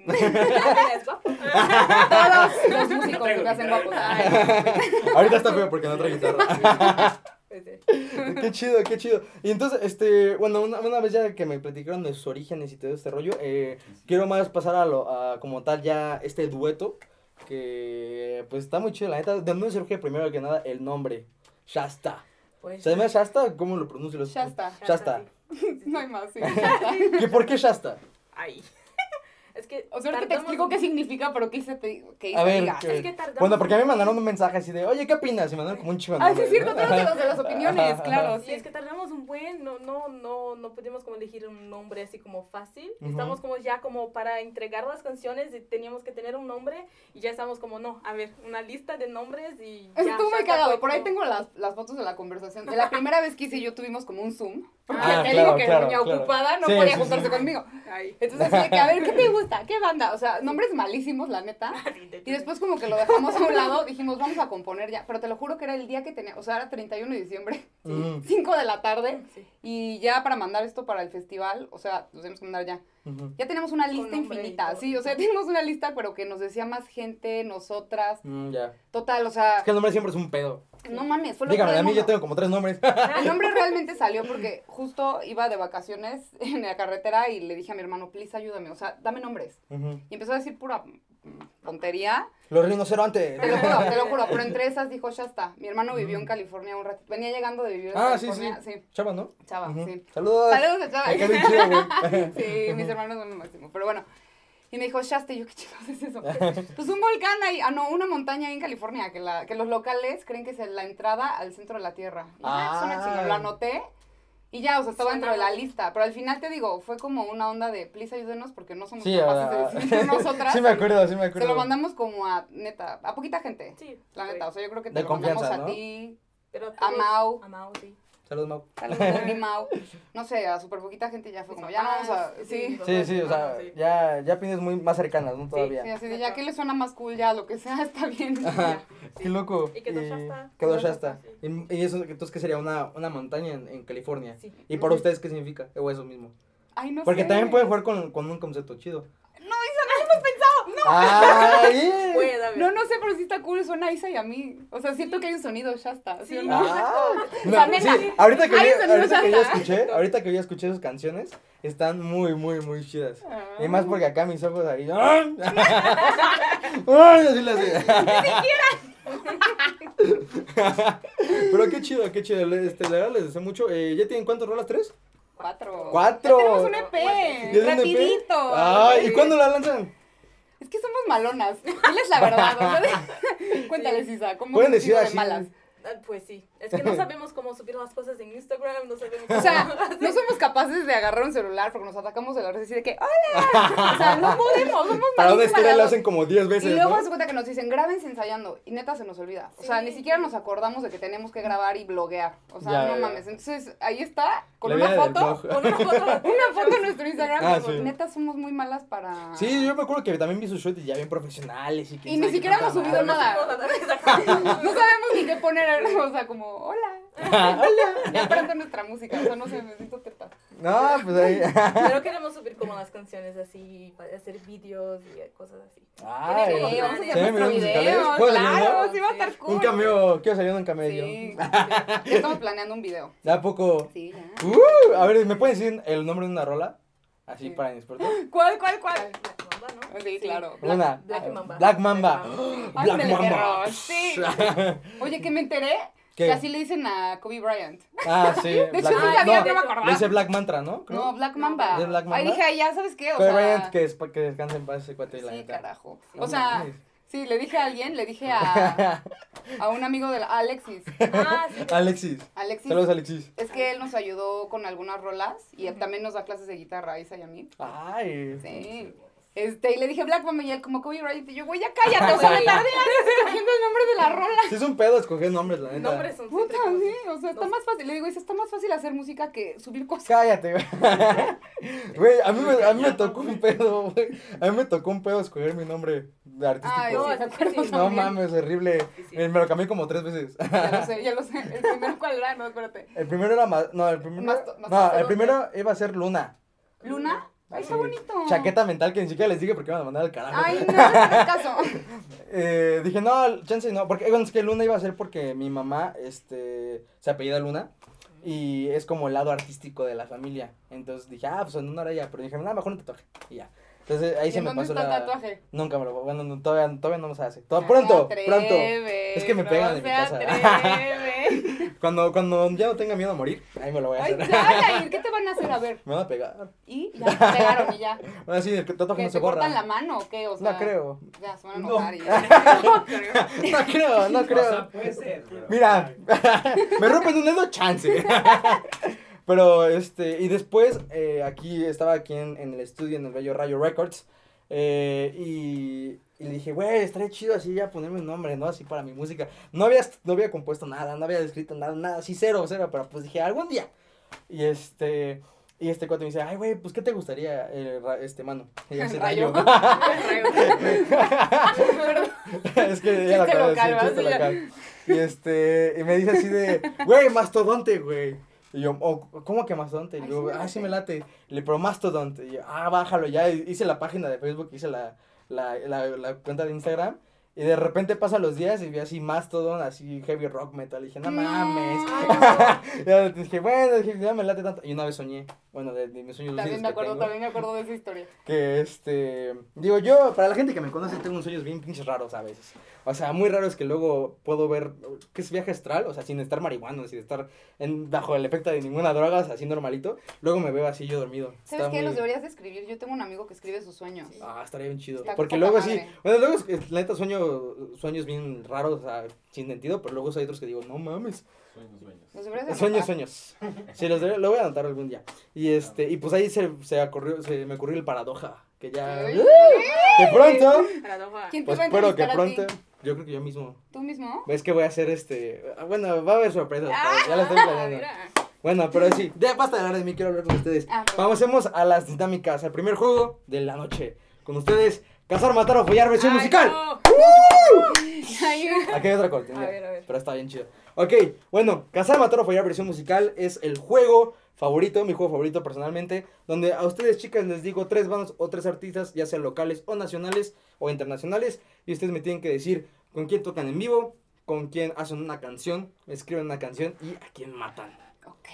Speaker 4: Eres guapo.
Speaker 3: Todos los músicos se me hacen guapos. Ay,
Speaker 1: Ahorita está feo porque no trae guitarra.
Speaker 4: Pues, eh,
Speaker 1: qué chido, qué chido. Y entonces, este, bueno, una, una vez ya que me platicaron de sus orígenes y todo este rollo, eh, quiero más pasar a lo, a como tal ya este dueto, que pues está muy chido, la neta. ¿De dónde surge primero que nada el nombre? Shasta.
Speaker 4: pues,
Speaker 1: ¿Se llama Shasta? ¿Cómo lo pronuncio? Los...
Speaker 3: Shasta.
Speaker 1: Shasta.
Speaker 4: sí.
Speaker 3: No hay más, sí. ya está.
Speaker 1: ¿Y por qué Shasta?
Speaker 4: Ay. Es que.
Speaker 3: O sea, ahorita te
Speaker 4: tardamos
Speaker 3: explico qué
Speaker 4: mucho.
Speaker 3: significa, pero qué hice te qué hice
Speaker 1: A ver,
Speaker 3: diga.
Speaker 1: ¿qué-
Speaker 4: Es que tardamos.
Speaker 1: Bueno, porque a mí me mandaron un mensaje así de, oye, ¿qué opinas? Y me mandaron como un chingo de
Speaker 3: Ah, sí, es
Speaker 1: nombres,
Speaker 3: cierto,
Speaker 1: ¿no?
Speaker 3: todos de los de las opiniones,
Speaker 1: Ajá.
Speaker 3: claro,
Speaker 4: Sí,
Speaker 3: sí.
Speaker 4: es que tardamos un buen, no, no, no, no pudimos como elegir un nombre así como fácil.
Speaker 1: Ujú.
Speaker 4: Estamos como ya como para entregar las canciones y teníamos que tener un nombre y ya estamos como, no, a ver, una lista de nombres y ya.
Speaker 3: Estuvo muy
Speaker 4: Shasta
Speaker 3: cagado,
Speaker 4: fue
Speaker 3: por ahí
Speaker 4: como-
Speaker 3: tengo las, las fotos de la conversación. De la primera vez que hice yo tuvimos como un Zoom, porque
Speaker 1: Ah,
Speaker 3: te
Speaker 1: claro,
Speaker 3: digo que
Speaker 1: claro,
Speaker 3: doña
Speaker 1: claro.
Speaker 3: ocupada no
Speaker 1: Sí,
Speaker 3: podía
Speaker 1: sí,
Speaker 3: juntarse
Speaker 1: sí.
Speaker 3: conmigo.
Speaker 4: Ay.
Speaker 3: Entonces así de que, a ver, ¿qué te gusta? ¿Qué banda? O sea, nombres malísimos, la neta. Y después como que lo dejamos a un lado, dijimos, vamos a componer ya. Pero te lo juro que era el día que tenía, o sea, era 31 de diciembre,
Speaker 1: Ujú,
Speaker 3: 5 de la tarde.
Speaker 4: Sí.
Speaker 3: Y ya para mandar esto para el festival, o sea, lo tenemos que mandar ya.
Speaker 1: ujú.
Speaker 3: Ya tenemos una lista
Speaker 4: nombre y
Speaker 3: infinita,
Speaker 4: todo.
Speaker 3: sí, o sea, tenemos una lista, pero que nos decía más gente, nosotras,
Speaker 1: Mm, ya.
Speaker 3: total, o sea,
Speaker 1: Es que el nombre siempre es un pedo.
Speaker 3: no mames, fue lo
Speaker 1: Dígame,
Speaker 3: peor
Speaker 1: a
Speaker 3: del
Speaker 1: mí yo
Speaker 3: mundo.
Speaker 1: tengo como tres nombres.
Speaker 3: El nombre realmente salió porque justo iba de vacaciones en la carretera y le dije a mi hermano, please ayúdame, o sea, dame nombres.
Speaker 1: Ujú.
Speaker 3: Y empezó a decir pura mm, tontería.
Speaker 1: Los rinocerontes.
Speaker 3: Te lo juro, te lo juro, pero entre esas dijo, ya está. Mi hermano vivió en California un ratito, venía llegando de vivir en
Speaker 1: Mm. Ah, sí,
Speaker 3: California.
Speaker 1: sí. Chava, ¿no?
Speaker 3: chava,
Speaker 1: Ujú.
Speaker 3: Ah, sí.
Speaker 1: Saludos.
Speaker 3: Saludos a Chava.
Speaker 1: Me cae bien chido, güey.
Speaker 3: Sí, mis hermanos son lo máximo, pero bueno. Y me dijo, Shasta, y yo, ¿qué chicos es eso? Pues un volcán ahí, ah, no, una montaña ahí en California, que, la, que los locales creen que es la entrada al centro de la Tierra. Y ya, es una chingada, lo
Speaker 1: Ah.
Speaker 3: anoté. Y ya, o sea, estaba dentro de la
Speaker 4: Sonaba.
Speaker 3: lista. Pero al final te digo, fue como una onda de, please ayúdenos porque no somos
Speaker 1: Sí, ah,
Speaker 3: capaces de decidir nosotras.
Speaker 1: sí me acuerdo, sí me
Speaker 3: Se
Speaker 1: acuerdo.
Speaker 3: lo mandamos como a, neta, a poquita gente.
Speaker 4: Sí,
Speaker 3: La
Speaker 4: fue.
Speaker 3: neta, o sea, yo creo que
Speaker 1: De
Speaker 3: te lo mandamos
Speaker 1: confianza,
Speaker 3: a
Speaker 1: ¿no?
Speaker 3: ti.
Speaker 4: Pero
Speaker 3: Amau.
Speaker 4: Amau, sí.
Speaker 1: Saludos, Mau.
Speaker 3: Saludos a mi Mau. No sé, a súper poquita gente ya fue como, ya vamos a... Sí.
Speaker 1: Sí, sí, o sea, ya, ya opiniones muy más cercanas, ¿no? Todavía.
Speaker 3: Sí, así de ya que le suena más cool, ya lo que sea está bien.
Speaker 1: Ajá,
Speaker 4: Sí.
Speaker 1: Qué loco.
Speaker 4: Y quedó Shasta.
Speaker 1: Quedó
Speaker 4: Quedó
Speaker 1: Shasta.
Speaker 4: Shasta,
Speaker 1: Y, y eso, entonces, ¿qué sería? Una, una montaña en, en California.
Speaker 4: Sí.
Speaker 1: ¿Y para ustedes qué significa? O eso mismo.
Speaker 3: Ay, no
Speaker 1: Porque
Speaker 3: sé.
Speaker 1: también pueden jugar con, con un concepto chido.
Speaker 3: No, Isa,
Speaker 1: ¡Ay!
Speaker 4: Puede haber.
Speaker 3: no, no, no sé, pero sí está cool, suena a Isa y a mí. O sea, siento que hay un sonido, ya está. ¿sí o
Speaker 4: Sí.
Speaker 3: no?
Speaker 1: Ah, no,
Speaker 3: También
Speaker 1: sí,
Speaker 3: la-
Speaker 1: ahorita que,
Speaker 3: hay
Speaker 1: yo,
Speaker 3: sonidos
Speaker 1: ahorita que yo
Speaker 3: hasta-
Speaker 1: escuché, ahorita que yo escuché sus canciones, están muy, muy, muy chidas.
Speaker 3: Ah.
Speaker 1: Y más porque acá mis ojos ahí. ¡ah! ¡Ay! Así las. Pero qué chido, qué chido. Le- Este, la verdad les deseo mucho. Eh, ¿Ya tienen cuántas rolas? ¿Tres?
Speaker 3: Cuatro.
Speaker 1: Cuatro.
Speaker 3: Ya tenemos un
Speaker 1: ¿Ya
Speaker 3: EP.
Speaker 1: tienen EP?
Speaker 3: Rapidito.
Speaker 1: Ay, ¿y cuándo la lanzan?
Speaker 3: Es que somos malonas. Diles la verdad. ¿no? Cuéntales, Isa, ¿cómo
Speaker 1: Pueden
Speaker 3: hemos
Speaker 1: decir
Speaker 3: sido de
Speaker 1: así.
Speaker 3: malas?
Speaker 4: Ah, Pues sí. Es que no sabemos cómo subir las cosas en Instagram, no sabemos
Speaker 3: O
Speaker 4: cómo.
Speaker 3: sea, no somos capaces de agarrar un celular porque nos atacamos de la risa y decir de que ¡Hola! O sea, no podemos, somos
Speaker 1: Para una
Speaker 3: malísimas
Speaker 1: estrella
Speaker 3: las
Speaker 1: la
Speaker 3: dos.
Speaker 1: hacen como 10 veces.
Speaker 3: Y luego
Speaker 1: ¿no?
Speaker 3: se cuenta que nos dicen, grábense ensayando. Y neta se nos olvida. O sea,
Speaker 4: Sí.
Speaker 3: ni siquiera nos acordamos de que tenemos que grabar y bloguear. O sea,
Speaker 1: Ya,
Speaker 3: no
Speaker 1: ya, ya.
Speaker 3: mames. Entonces, ahí está, con
Speaker 1: La
Speaker 3: una
Speaker 1: vida del
Speaker 3: foto.
Speaker 1: blog.
Speaker 4: Con una foto.
Speaker 3: Una foto en nuestro Instagram.
Speaker 1: Ah,
Speaker 3: y pues,
Speaker 1: sí.
Speaker 3: Neta, somos muy malas para.
Speaker 1: Sí, yo me acuerdo que también vi sus shots y ya bien profesionales. Y, quién
Speaker 3: Y ni
Speaker 1: sabe qué
Speaker 3: siquiera
Speaker 1: tanta
Speaker 3: hemos subido
Speaker 1: madre.
Speaker 3: nada. No sabemos ni qué poner. O sea, como, hola. Hola. Ya pronto nuestra música. O sea, no sé, necesito tetas.
Speaker 1: No, pues ahí.
Speaker 4: Pero queremos subir como las canciones así, para hacer vídeos y cosas así.
Speaker 1: Ay,
Speaker 4: Tiene
Speaker 3: Sí, vamos a
Speaker 4: ¿Se
Speaker 3: hacer
Speaker 4: ven
Speaker 3: nuestro
Speaker 1: videos musicales?
Speaker 3: video.
Speaker 1: ¿Puedo salir,
Speaker 3: Claro,
Speaker 4: no?
Speaker 3: sí va a estar cool.
Speaker 1: Un cameo, quiero salir en un camello.
Speaker 3: Sí. Ya estamos planeando un video.
Speaker 1: ¿A poco?
Speaker 3: Sí, ya.
Speaker 1: Uh, a ver, ¿me pueden decir el nombre de una rola? Así
Speaker 3: Sí.
Speaker 1: para inspirarte.
Speaker 3: ¿Cuál, cuál, cuál?
Speaker 4: Black Mamba, ¿no?
Speaker 3: Sí, claro.
Speaker 1: Una.
Speaker 4: Black Mamba.
Speaker 1: Black Mamba.
Speaker 4: Black Mamba.
Speaker 1: Black
Speaker 3: Hazme el
Speaker 1: Mamba.
Speaker 3: perro, sí. Oye, que me enteré
Speaker 1: ¿Qué?
Speaker 3: que así le dicen a Kobe Bryant.
Speaker 1: Ah, sí.
Speaker 3: De hecho,
Speaker 1: Black
Speaker 3: sí
Speaker 1: Mamba.
Speaker 3: sabía, no,
Speaker 1: No,
Speaker 3: me
Speaker 1: le
Speaker 3: acordaba.
Speaker 1: dice Black Mantra, ¿no? Creo.
Speaker 3: No, Black Mamba.
Speaker 1: ¿Es Black
Speaker 3: Ahí
Speaker 1: Mamba?
Speaker 3: dije, ay, ya, ¿sabes qué? O
Speaker 1: Kobe
Speaker 3: sea,
Speaker 1: Bryant, que, es, que descanse en paz ese cuate y la
Speaker 3: Sí,
Speaker 1: neta.
Speaker 3: carajo.
Speaker 1: No
Speaker 3: O sea,
Speaker 1: mames.
Speaker 3: sí, le dije a alguien, le dije a, a un amigo de Alexis.
Speaker 4: Ah, sí.
Speaker 1: Alexis.
Speaker 3: Alexis.
Speaker 1: Saludos, Alexis.
Speaker 3: Es que él nos ayudó con algunas rolas y él también nos da clases de guitarra, a Isa y a mí.
Speaker 1: Ay.
Speaker 3: Sí. Este, y le dije Black Mamba y él como Kobe Bryant. Y yo, güey, ya cállate. O sea, me tardé años escogiendo el nombre de la rola.
Speaker 1: Sí, es un pedo escoger nombres, la neta.
Speaker 4: Nombres son
Speaker 3: Puta,
Speaker 4: siempre como-
Speaker 3: sí, o sea, está
Speaker 4: No.
Speaker 3: más fácil. Le digo, Isa, está más fácil hacer música que subir cosas.
Speaker 1: Cállate, güey. Güey, a mí, me, a mí me tocó un pedo, güey. A mí me tocó un pedo escoger mi nombre de artístico.
Speaker 3: Ay,
Speaker 4: No,
Speaker 3: sí, me
Speaker 4: sí,
Speaker 3: acuerdo
Speaker 4: sí.
Speaker 3: también.
Speaker 1: no mames, horrible.
Speaker 4: sí.
Speaker 1: Me lo cambié como tres veces.
Speaker 3: Ya lo sé, ya lo sé. El primero, ¿cuál era? No, espérate.
Speaker 1: El primero era más. No, el primero.
Speaker 3: Masto-
Speaker 1: no, el
Speaker 3: mastodonte.
Speaker 1: primero iba a ser Luna.
Speaker 3: ¿Luna? Ay, está
Speaker 1: Así,
Speaker 3: bonito.
Speaker 1: Chaqueta mental que ni siquiera les dije porque iban a mandar al carajo.
Speaker 3: Ay, no, no hagas caso.
Speaker 1: Eh, dije, no, chance no. Porque, eh, bueno, es que Luna iba a ser porque mi mamá este, se apellida Luna. Y es como el lado artístico de la familia. Entonces dije, ah, pues en una hora ya. Pero dije, nada, mejor un tatuaje. Y ya. Entonces ahí
Speaker 3: ¿Y
Speaker 1: se
Speaker 3: en
Speaker 1: me
Speaker 3: dónde
Speaker 1: pasó
Speaker 3: está
Speaker 1: la.
Speaker 3: el tatuaje?
Speaker 1: Nunca me lo. Bueno, no, todavía, todavía no me se hace. Todo, pronto,
Speaker 3: No te
Speaker 1: pronto.
Speaker 3: atreves,
Speaker 1: Es que me pegan en mi casa.
Speaker 3: No se atreves.
Speaker 1: Cuando, cuando ya no tenga miedo a morir, ahí me lo voy a
Speaker 3: Ay,
Speaker 1: hacer.
Speaker 3: ya, Yair, ¿qué te van a hacer? A ver.
Speaker 1: Me van a pegar.
Speaker 3: Y ya, te pegaron y ya.
Speaker 1: Bueno, sí, el tatuaje
Speaker 3: ¿Que
Speaker 1: no se
Speaker 3: te
Speaker 1: borra.
Speaker 3: cortan la mano o qué? O sea,
Speaker 1: No creo.
Speaker 3: Ya, se van a
Speaker 1: No.
Speaker 3: enojar y
Speaker 1: No creo, no creo.
Speaker 5: O sea, puede ser, pero-
Speaker 1: Mira, me rompen un dedo, chance. Pero, este, y después, eh, aquí, estaba aquí en, en el estudio, en el Bello Rayo Records, eh, y, y le dije, güey, estaría chido así ya ponerme un nombre, ¿no? Así para mi música. No había, no había compuesto nada, no había escrito nada, nada, así cero, cero, pero pues dije, algún día. Y este, y este cuate me dice, ay, güey, pues, ¿qué te gustaría, eh, ra- este, mano? Y yo, "Sí,
Speaker 3: Rayo".
Speaker 1: es que ya lo
Speaker 3: Chiste
Speaker 1: acabo de
Speaker 3: local,
Speaker 1: decir, chiste
Speaker 3: ¿verdad? Sí, ya.
Speaker 1: local. Y este, y me dice así de, güey, mastodonte, güey. Y yo, "Oh, ¿cómo que mastodonte? Y
Speaker 3: Ay,
Speaker 1: yo,
Speaker 3: sí me
Speaker 1: ah, sí
Speaker 3: late".
Speaker 1: me late. Le pero mastodonte. Y yo, ah, bájalo ya. Y Hice la página de Facebook, hice la, la, la, la cuenta de Instagram. Y de repente pasan los días y vi así Mastodon, así heavy rock metal. Y dije, no,
Speaker 3: No.
Speaker 1: mames. ya dije, bueno, dije, ya me late tanto. Y una vez soñé, bueno, de, de mis sueños lúcidos
Speaker 3: También me
Speaker 1: que
Speaker 3: acuerdo,
Speaker 1: tengo
Speaker 3: también me acuerdo de esa historia.
Speaker 1: que este digo yo para la gente que me conoce tengo unos sueños bien pinches raros a veces o sea muy raros que luego puedo ver que es viaje astral o sea sin estar marihuano sin estar en, bajo el efecto de ninguna droga o sea así normalito luego me veo así yo dormido
Speaker 3: ¿Sabes
Speaker 1: Está
Speaker 3: qué?
Speaker 1: muy-
Speaker 3: Los deberías de escribir. Yo tengo un amigo que escribe sus sueños.
Speaker 1: ah estaría bien chido
Speaker 3: Está
Speaker 1: porque
Speaker 3: poca
Speaker 1: luego
Speaker 3: madre.
Speaker 1: sí bueno luego es- es- la neta sueño sueños bien raros o sea sin sentido pero luego hay otros que digo no mames
Speaker 5: Sueños, sueños.
Speaker 3: Los deberías de
Speaker 1: sueños
Speaker 3: anotar.
Speaker 1: sueños sí los debería- lo voy a anotar algún día y este y pues ahí se se, ocurrió- se me ocurrió el paradoja que ya
Speaker 3: Ay.
Speaker 1: de pronto
Speaker 4: Paradoja.
Speaker 3: ¿Quién te
Speaker 1: Pues
Speaker 3: va a
Speaker 1: espero que
Speaker 3: entrevistar a ti?
Speaker 1: pronto. Yo creo que yo mismo.
Speaker 3: ¿Tú mismo?
Speaker 1: Ah, Es que voy a hacer este. Bueno, va a haber sorpresas. pero ya las estoy
Speaker 4: Ah,
Speaker 1: planeando.
Speaker 4: mira.
Speaker 1: Bueno, pero sí, ya basta de hablar de mí, quiero hablar con ustedes.
Speaker 3: Ah, bueno.
Speaker 1: Pasemos a las dinámicas, al primer juego de la noche. Con ustedes, cazar, matar o follar versión
Speaker 4: Ay,
Speaker 1: musical.
Speaker 4: no.
Speaker 3: Ay,
Speaker 1: Aquí hay otra cortina.
Speaker 4: A ver, a ver.
Speaker 1: Pero está bien chido. Ok, bueno, Cazar, Matar o Follar versión musical es el juego favorito, mi juego favorito personalmente, donde a ustedes chicas les digo tres bandas o tres artistas, ya sean locales o nacionales o internacionales, y ustedes me tienen que decir con quién tocan en vivo, con quién hacen una canción, escriben una canción y a quién matan.
Speaker 3: Ok.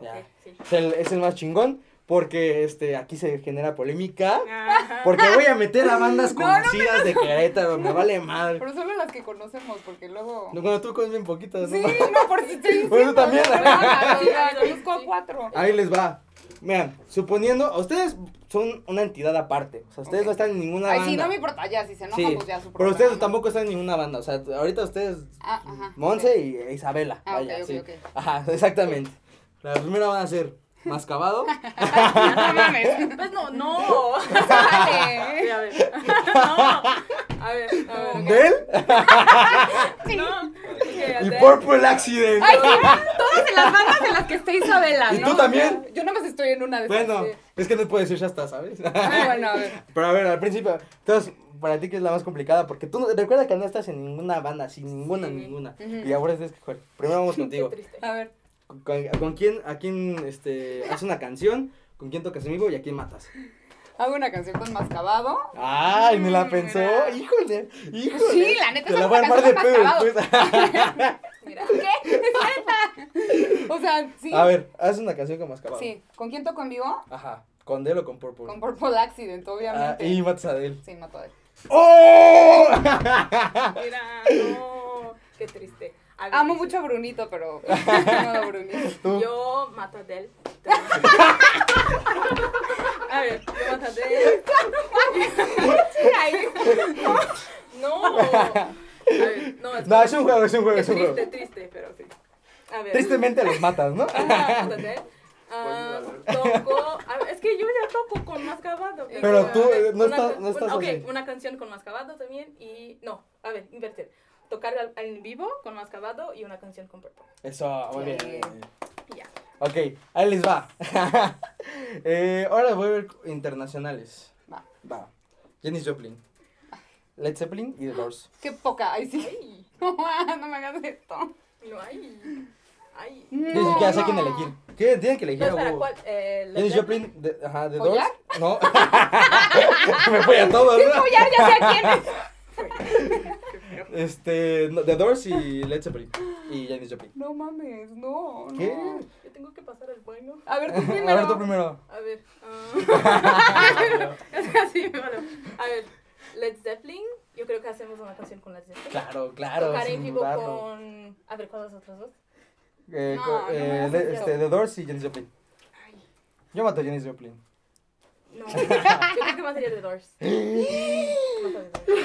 Speaker 1: Ya.
Speaker 4: Ok, sí.
Speaker 1: Es, el, es el más chingón porque este aquí se genera polémica.
Speaker 4: Ajá.
Speaker 1: Porque voy a meter a bandas conocidas de Querétaro, me vale madre.
Speaker 3: Pero solo las que conocemos, porque luego.
Speaker 1: No, Cuando tú comes bien poquitas, ¿no?
Speaker 3: Sí, no, por si te
Speaker 1: Bueno, tú también.
Speaker 3: Conozco a cuatro.
Speaker 1: Ahí les va. Vean, suponiendo, a ustedes son una entidad aparte. O sea, ustedes
Speaker 3: Ok.
Speaker 1: no están en ninguna
Speaker 3: Ay,
Speaker 1: banda.
Speaker 3: sí, no me importa, ya, si se enoja,
Speaker 1: Sí,
Speaker 3: pues ya
Speaker 1: pero
Speaker 3: su problema,
Speaker 1: ustedes
Speaker 3: ¿no?
Speaker 1: tampoco están en ninguna banda. O sea, ahorita ustedes,
Speaker 3: Ah, ajá,
Speaker 1: Monse y Isabela.
Speaker 3: Ah, ok,
Speaker 1: vaya,
Speaker 3: ok,
Speaker 1: sí.
Speaker 3: ok.
Speaker 1: Ajá, exactamente. La primera van a ser Mascabado.
Speaker 3: No mames.
Speaker 4: Pues no, no.
Speaker 3: Sale.
Speaker 4: Sí, a ver. No. A ver, a ver.
Speaker 1: Del
Speaker 4: No.
Speaker 1: y Purple Accident.
Speaker 3: Ay, sí, todas en las bandas en las que esté Isabela,
Speaker 1: ¿Y
Speaker 3: ¿no?
Speaker 1: tú también?
Speaker 3: Yo nada más estoy en una de
Speaker 1: bueno,
Speaker 3: esas.
Speaker 1: es que no puedo decir ya está, ¿sabes?
Speaker 3: Ah, bueno, a ver.
Speaker 1: Pero a ver, al principio, entonces, para ti que es la más complicada, porque tú no- recuerda que no estás en ninguna banda, sin ninguna,
Speaker 4: Sí.
Speaker 1: ninguna.
Speaker 3: Ujú.
Speaker 1: Y ahora tienes que jugar. Primero vamos contigo.
Speaker 3: A ver.
Speaker 1: ¿Con, con quién, a quién, este, haces una canción? ¿Con quién tocas en vivo y a quién matas?
Speaker 3: Hago una canción con mascabado.
Speaker 1: ¡Ay, ni la
Speaker 4: Mm,
Speaker 1: pensó!
Speaker 4: mira.
Speaker 1: ¡Híjole! ¡Híjole!
Speaker 3: Sí, la neta,
Speaker 1: Te
Speaker 3: es
Speaker 1: la
Speaker 3: una
Speaker 1: voy a armar de
Speaker 3: canción
Speaker 1: pedo
Speaker 3: más
Speaker 1: después.
Speaker 4: Mira.
Speaker 3: ¿Qué? ¿Es neta? O sea, sí.
Speaker 1: A ver, haz una canción con Mascabado.
Speaker 3: Sí. ¿Con quién toco en vivo?
Speaker 1: Ajá, con Del o con Purple.
Speaker 3: Con Purple Accident,
Speaker 1: Ah,
Speaker 3: obviamente.
Speaker 1: y matas a Del.
Speaker 3: Sí, mató a él.
Speaker 1: ¡Oh!
Speaker 4: Mira, no. Qué triste. A ver,
Speaker 3: Amo mucho a Brunito, pero. No, no, Brunito.
Speaker 1: Tú.
Speaker 4: Yo mato a Adele. a ver, yo mato a Adele. No. A ver, no, es,
Speaker 1: No, es un juego, es un juego,
Speaker 4: que
Speaker 1: es un juego.
Speaker 4: triste, triste, pero sí. A ver.
Speaker 1: Tristemente los matas, ¿no?
Speaker 4: Ajá, mato a
Speaker 1: Pues
Speaker 4: Adele. Ah, toco, a ver, es que yo ya toco con mascabado.
Speaker 1: Pero tú,
Speaker 4: a ver,
Speaker 1: eh, no
Speaker 4: una
Speaker 1: estás-
Speaker 4: ca-
Speaker 1: no estás
Speaker 4: un- ok,
Speaker 1: así.
Speaker 4: una canción con mascabado también y no, a ver, invertir. Tocar al- en vivo con mascabado y una canción con purple.
Speaker 1: Eso, muy bien.
Speaker 3: Sí.
Speaker 4: Y Ya.
Speaker 1: Ok, ahí les va. eh, ahora voy a ver internacionales.
Speaker 3: Va.
Speaker 1: Va. Jenny Joplin. Led Zeppelin y The Doors.
Speaker 3: Qué poca. Ay, sí.
Speaker 4: Ay,
Speaker 3: No me hagas esto.
Speaker 4: no ay. Ay.
Speaker 1: Yo ni siquiera sé quién elegir. ¿Qué? Tienen que elegir
Speaker 4: No,
Speaker 1: a
Speaker 4: espera,
Speaker 1: huevo.
Speaker 4: ¿cuál? Eh, Led
Speaker 1: Janis
Speaker 4: Zeppelin.
Speaker 1: Joplin, de, ajá, de Doors.
Speaker 3: ¿Follar?
Speaker 1: No. Me fui a todos, ¿no?
Speaker 3: Follar, ya sé a quién es.
Speaker 1: Este, no, The Doors y Led Zeppelin. Y Janis Joplin.
Speaker 3: No mames, no. no.
Speaker 1: ¿Qué?
Speaker 4: Yo tengo que pasar el bueno.
Speaker 3: A ver, tú primero.
Speaker 1: A ver tú primero.
Speaker 4: A ver. ah. es así, bueno. A ver, Led Zeppelin. Yo creo que hacemos una canción con Led Zeppelin.
Speaker 1: Claro, claro.
Speaker 4: Tocar en
Speaker 1: sin
Speaker 4: vivo
Speaker 1: dudarlo.
Speaker 4: con. A ver, ¿cuáles otros dos?
Speaker 1: Eh,
Speaker 3: No,
Speaker 1: co-
Speaker 3: no
Speaker 1: eh,
Speaker 3: me hagas
Speaker 1: Le-
Speaker 3: eso.
Speaker 1: este, The Doors y Janis Joplin.
Speaker 4: Ay,
Speaker 1: Yo mato a Janis Joplin.
Speaker 4: no. Yo creo que más sería The Doors.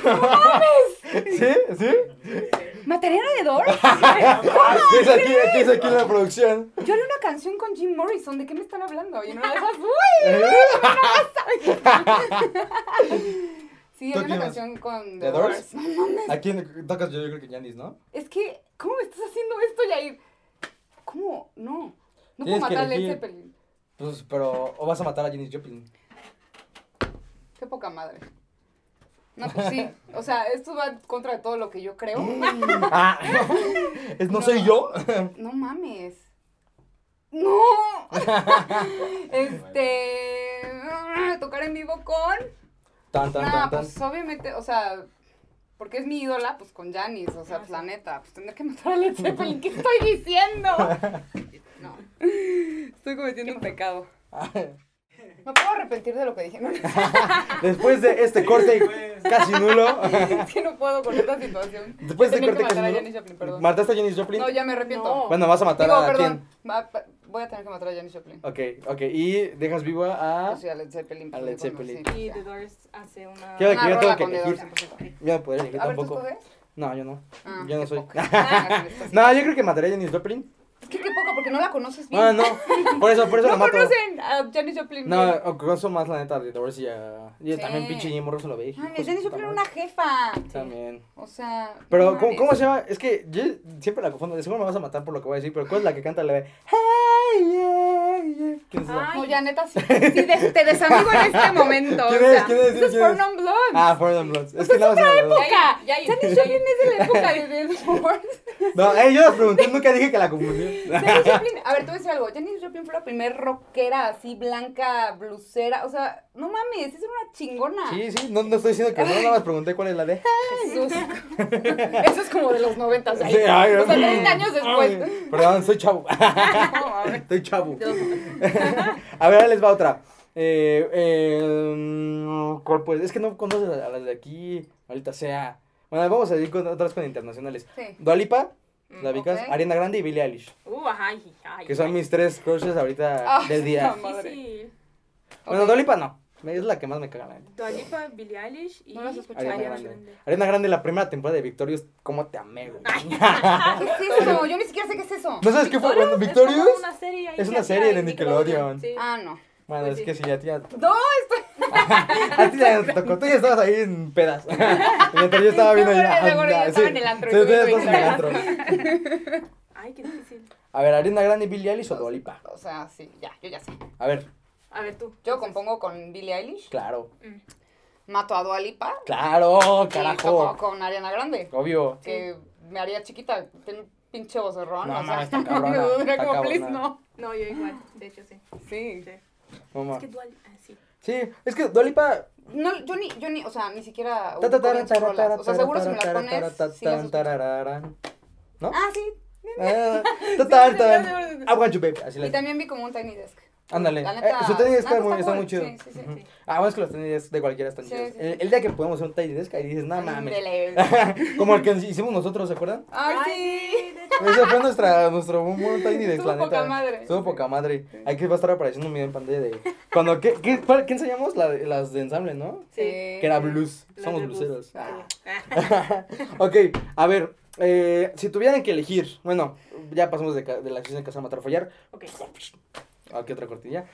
Speaker 4: Más a The Doors.
Speaker 1: ¿Sí? ¿Sí?
Speaker 3: ¿Material de Doors?
Speaker 1: ¿Qué es aquí? ¿Qué es aquí la producción?
Speaker 3: Yo haré una canción con Jim Morrison. ¿De qué me están hablando? Y no la dejas.
Speaker 1: ¿Eh?
Speaker 3: ¡Uy! Sí,
Speaker 1: ¿Tú
Speaker 3: haré una
Speaker 1: quién vas?
Speaker 3: canción con
Speaker 1: ¿The
Speaker 3: The
Speaker 1: Doors?
Speaker 3: Doors. No mames.
Speaker 1: ¿A quién tocas? Yo, yo creo que Janis, ¿no?
Speaker 3: Es que, ¿cómo me estás haciendo esto, Yair? ¿Cómo? No. No puedo
Speaker 1: Tienes que
Speaker 3: matar a Led
Speaker 1: elegir.
Speaker 3: Zeppelin.
Speaker 1: Pues, pero. O vas a matar a Janis Joplin.
Speaker 3: Qué poca madre. No, pues sí. O sea, esto va contra de todo lo que yo creo.
Speaker 1: Ah, ¿es, no, soy yo.
Speaker 3: No mames. No. este. Tocar en vivo con.
Speaker 1: Tan, tan, tan,
Speaker 3: Nah,
Speaker 1: tan.
Speaker 3: pues obviamente, o sea. Porque es mi ídola, pues con Janis, o sea, planeta. Pues tener que matar a Led Zeppelin, ¿qué estoy diciendo? No. Estoy cometiendo un pecado. Me puedo arrepentir de lo que dije. No, es
Speaker 1: Después de este corte casi nulo.
Speaker 3: que no puedo con esta situación.
Speaker 1: Después de este
Speaker 3: Tenía
Speaker 1: corte
Speaker 3: que
Speaker 1: casi
Speaker 3: matar a Janis Joplin,
Speaker 1: nulo.
Speaker 3: perdón.
Speaker 1: ¿Mataste a Janis Joplin?
Speaker 3: No, ya me arrepiento.
Speaker 4: No.
Speaker 1: Bueno, vas a matar
Speaker 3: Digo,
Speaker 1: a
Speaker 3: perdón. va- va- voy a tener que matar a Janis Joplin.
Speaker 1: quién. Ok, ok. Y dejas viva a.
Speaker 3: Yo soy a Led Zeppelin.
Speaker 1: A
Speaker 3: pues,
Speaker 1: Led
Speaker 3: sí,
Speaker 1: Ah. Zeppelin.
Speaker 3: sí,
Speaker 4: Y
Speaker 3: ya.
Speaker 4: The Doors hace una.
Speaker 1: Quiero-
Speaker 3: Una
Speaker 1: yo
Speaker 3: rola
Speaker 1: tengo que
Speaker 3: con The Doors,
Speaker 1: elegir.
Speaker 3: 100%.
Speaker 1: Yo no podría elegir
Speaker 3: A ver, ¿tú
Speaker 1: tampoco.
Speaker 3: escoges?
Speaker 1: No, yo no.
Speaker 3: Ah,
Speaker 1: yo no
Speaker 3: qué
Speaker 1: soy.
Speaker 3: poca. Ah, con esto sí.
Speaker 1: No, yo creo que mataré a Janis Joplin.
Speaker 3: Es que qué poca, porque no la conoces bien.
Speaker 1: Ah, no. Por eso, por eso la
Speaker 3: no
Speaker 1: mato.
Speaker 3: conocen a Janis Joplin.
Speaker 1: No,
Speaker 3: bien.
Speaker 1: o- conozco más la neta de Doors y a. Y
Speaker 3: Sí. Ah,
Speaker 1: también pinche Jim Morrison lo ve. hijo de
Speaker 3: Mames, Janis
Speaker 1: su
Speaker 3: Joplin
Speaker 1: puta
Speaker 3: era
Speaker 1: madre.
Speaker 3: una jefa.
Speaker 1: pues, También.
Speaker 3: O sea.
Speaker 1: Pero,
Speaker 3: no
Speaker 1: ¿cómo,
Speaker 3: mames.
Speaker 1: cómo se llama? Es que yo siempre la confundo. de Seguro me vas a matar por lo que voy a decir, pero ¿cuál es la que canta la de Hey yeah, yeah. ¿Quién es esa?
Speaker 4: Ay,
Speaker 3: No, ya neta, sí, sí, de- te desamigo en este momento.
Speaker 1: ¿Quién
Speaker 3: o
Speaker 1: es?
Speaker 3: sea,
Speaker 1: ¿Quién es?
Speaker 3: Eso es
Speaker 1: ¿Quién es?
Speaker 3: Fornum Blonde.
Speaker 1: Ah, Fernand Blondes. Es
Speaker 3: Pues
Speaker 1: que nada más era verdad.
Speaker 4: Ya,
Speaker 3: época.
Speaker 4: ya, ya.
Speaker 3: Sandy Joplin es de la época de The Doors.
Speaker 1: No, eh, yo las pregunté, nunca dije que la confundí.
Speaker 3: Janis Joplin, a ver, te voy a decir algo. Janis Joplin fue la primer rockera así, blanca, blusera. O sea, no mames, es una chingona.
Speaker 1: Sí, sí, no, no estoy diciendo que no, nada más pregunté cuál es la de.
Speaker 3: Jesús. Eso es como de los noventas. ahí.
Speaker 1: Sí, ay,
Speaker 3: o sea,
Speaker 1: ay,
Speaker 3: 30 años después.
Speaker 1: ay, Perdón, soy chavo. Estoy chavo.
Speaker 4: Dios.
Speaker 1: A ver, ahí les va otra. Eh, eh, ¿Cuál pues? Es que no conoces a las de aquí. Ahorita sea. Bueno, vamos a ir con otras con internacionales.
Speaker 3: Sí.
Speaker 1: Dualipa, la
Speaker 4: Mm,
Speaker 1: vicas,
Speaker 3: ok.
Speaker 1: Ariana Grande y Billie Eilish.
Speaker 4: Uh, ajá, ay, ay,
Speaker 1: Que son
Speaker 4: ay.
Speaker 1: mis tres crushes ahorita
Speaker 3: Ah,
Speaker 1: del día.
Speaker 3: no.
Speaker 4: Difícil.
Speaker 1: Bueno,
Speaker 3: Ok.
Speaker 1: Dualipa no. Es la que más me caga la neta.
Speaker 4: Dua Lipa, Billie Eilish y
Speaker 3: No las he escuchado.
Speaker 1: Ariana
Speaker 4: Ariana
Speaker 1: Grande.
Speaker 4: Grande.
Speaker 1: Ariana Grande, la primera temporada de Victorious, ¿cómo te amé, güey?
Speaker 3: Ah, ¿Qué es eso? Yo ni siquiera sé qué es eso.
Speaker 1: ¿No sabes qué fue? Bueno,
Speaker 4: Es como
Speaker 1: Victorious.
Speaker 4: una serie ahí
Speaker 1: Es
Speaker 4: que
Speaker 1: una
Speaker 4: hacía
Speaker 1: serie de
Speaker 4: en
Speaker 1: Nickelodeon.
Speaker 4: Sí.
Speaker 3: Ah, no.
Speaker 1: Bueno,
Speaker 4: Pues
Speaker 1: es que
Speaker 4: sí.
Speaker 1: sí, a ti ya.
Speaker 3: No, estoy.
Speaker 1: A ti ya te tocó. Tú ya estabas ahí en pedas. Mientras yo estaba viendo
Speaker 3: Seguro,
Speaker 1: ya.
Speaker 3: seguro, yo
Speaker 1: anda,
Speaker 3: estaba
Speaker 1: sí.
Speaker 3: en el antro y
Speaker 1: Sí, tú ya
Speaker 3: tú en
Speaker 1: estabas en el antro.
Speaker 4: Ay, qué difícil.
Speaker 1: A ver, Ariana Grande, Billie Eilish o Dolipa.
Speaker 3: O sea, sí, ya, yo ya sé.
Speaker 1: A ver,
Speaker 4: A ver tú.
Speaker 3: Yo compongo con Billie Eilish,
Speaker 1: claro.
Speaker 4: Mm.
Speaker 3: mato a Dua Lipa
Speaker 1: Claro,
Speaker 3: y toco
Speaker 1: carajo.
Speaker 3: con Ariana Grande,
Speaker 1: Obvio.
Speaker 3: que me haría chiquita, tiene un pinche vocerrón,
Speaker 1: No,
Speaker 3: o sea,
Speaker 1: mames, está cabrona,
Speaker 3: me hubiera
Speaker 1: está
Speaker 3: como,
Speaker 1: cabrona.
Speaker 3: please, no.
Speaker 4: mm. No, yo igual. De hecho, sí.
Speaker 3: Sí.
Speaker 4: Sí.
Speaker 1: No, ma.
Speaker 4: Es que Dual. Ah, sí.
Speaker 1: Sí, es que Dolipa.
Speaker 3: No, yo ni, yo ni, o sea, ni siquiera ubico bien sus rolas. O sea, seguro si me las pones, sí las escucho.
Speaker 1: Ah,
Speaker 3: Ah, sí.
Speaker 1: Total,
Speaker 3: sí, sí,
Speaker 1: total.
Speaker 3: sí.
Speaker 1: I want you, baby. Ah, Así
Speaker 3: Y
Speaker 1: la
Speaker 3: también vi como un Tiny Desk.
Speaker 1: Ándale.
Speaker 3: La
Speaker 1: Eh,
Speaker 3: neta-
Speaker 1: Su tenis
Speaker 3: la
Speaker 1: está
Speaker 3: neta
Speaker 1: muy, está
Speaker 3: cool.
Speaker 1: muy chido.
Speaker 3: Sí, sí, sí.
Speaker 1: Ujú. Ah, bueno, es que los tenis de cualquiera están
Speaker 3: Sí,
Speaker 1: chidos.
Speaker 3: sí,
Speaker 1: El, el día que podemos hacer un tenis desk, ahí dices, no mames.
Speaker 3: Ándele.
Speaker 1: Como el que hicimos nosotros, ¿se acuerdan?
Speaker 3: Ay,
Speaker 4: sí. de hecho.
Speaker 1: Pues Ese fue nuestra, nuestro un buen tiny desk,
Speaker 3: Estuvo
Speaker 1: la neta.
Speaker 3: poca madre.
Speaker 1: Estuvo poca madre. Aquí va a estar apareciendo un video en pantalla de... Cuando, ¿qué, qué, cuál- qué ensayamos? La de- las de ensamble, ¿no?
Speaker 3: sí.
Speaker 4: Sí.
Speaker 1: Que era blues.
Speaker 4: La
Speaker 1: Somos
Speaker 4: de
Speaker 1: bluseros.
Speaker 4: Sí. Ah.
Speaker 1: ok, a ver. eh, si tuvieran que elegir... Bueno, ya pasamos de, ca- de la acción de casa matar follar.
Speaker 4: Ok.
Speaker 1: Aquí otra cortilla.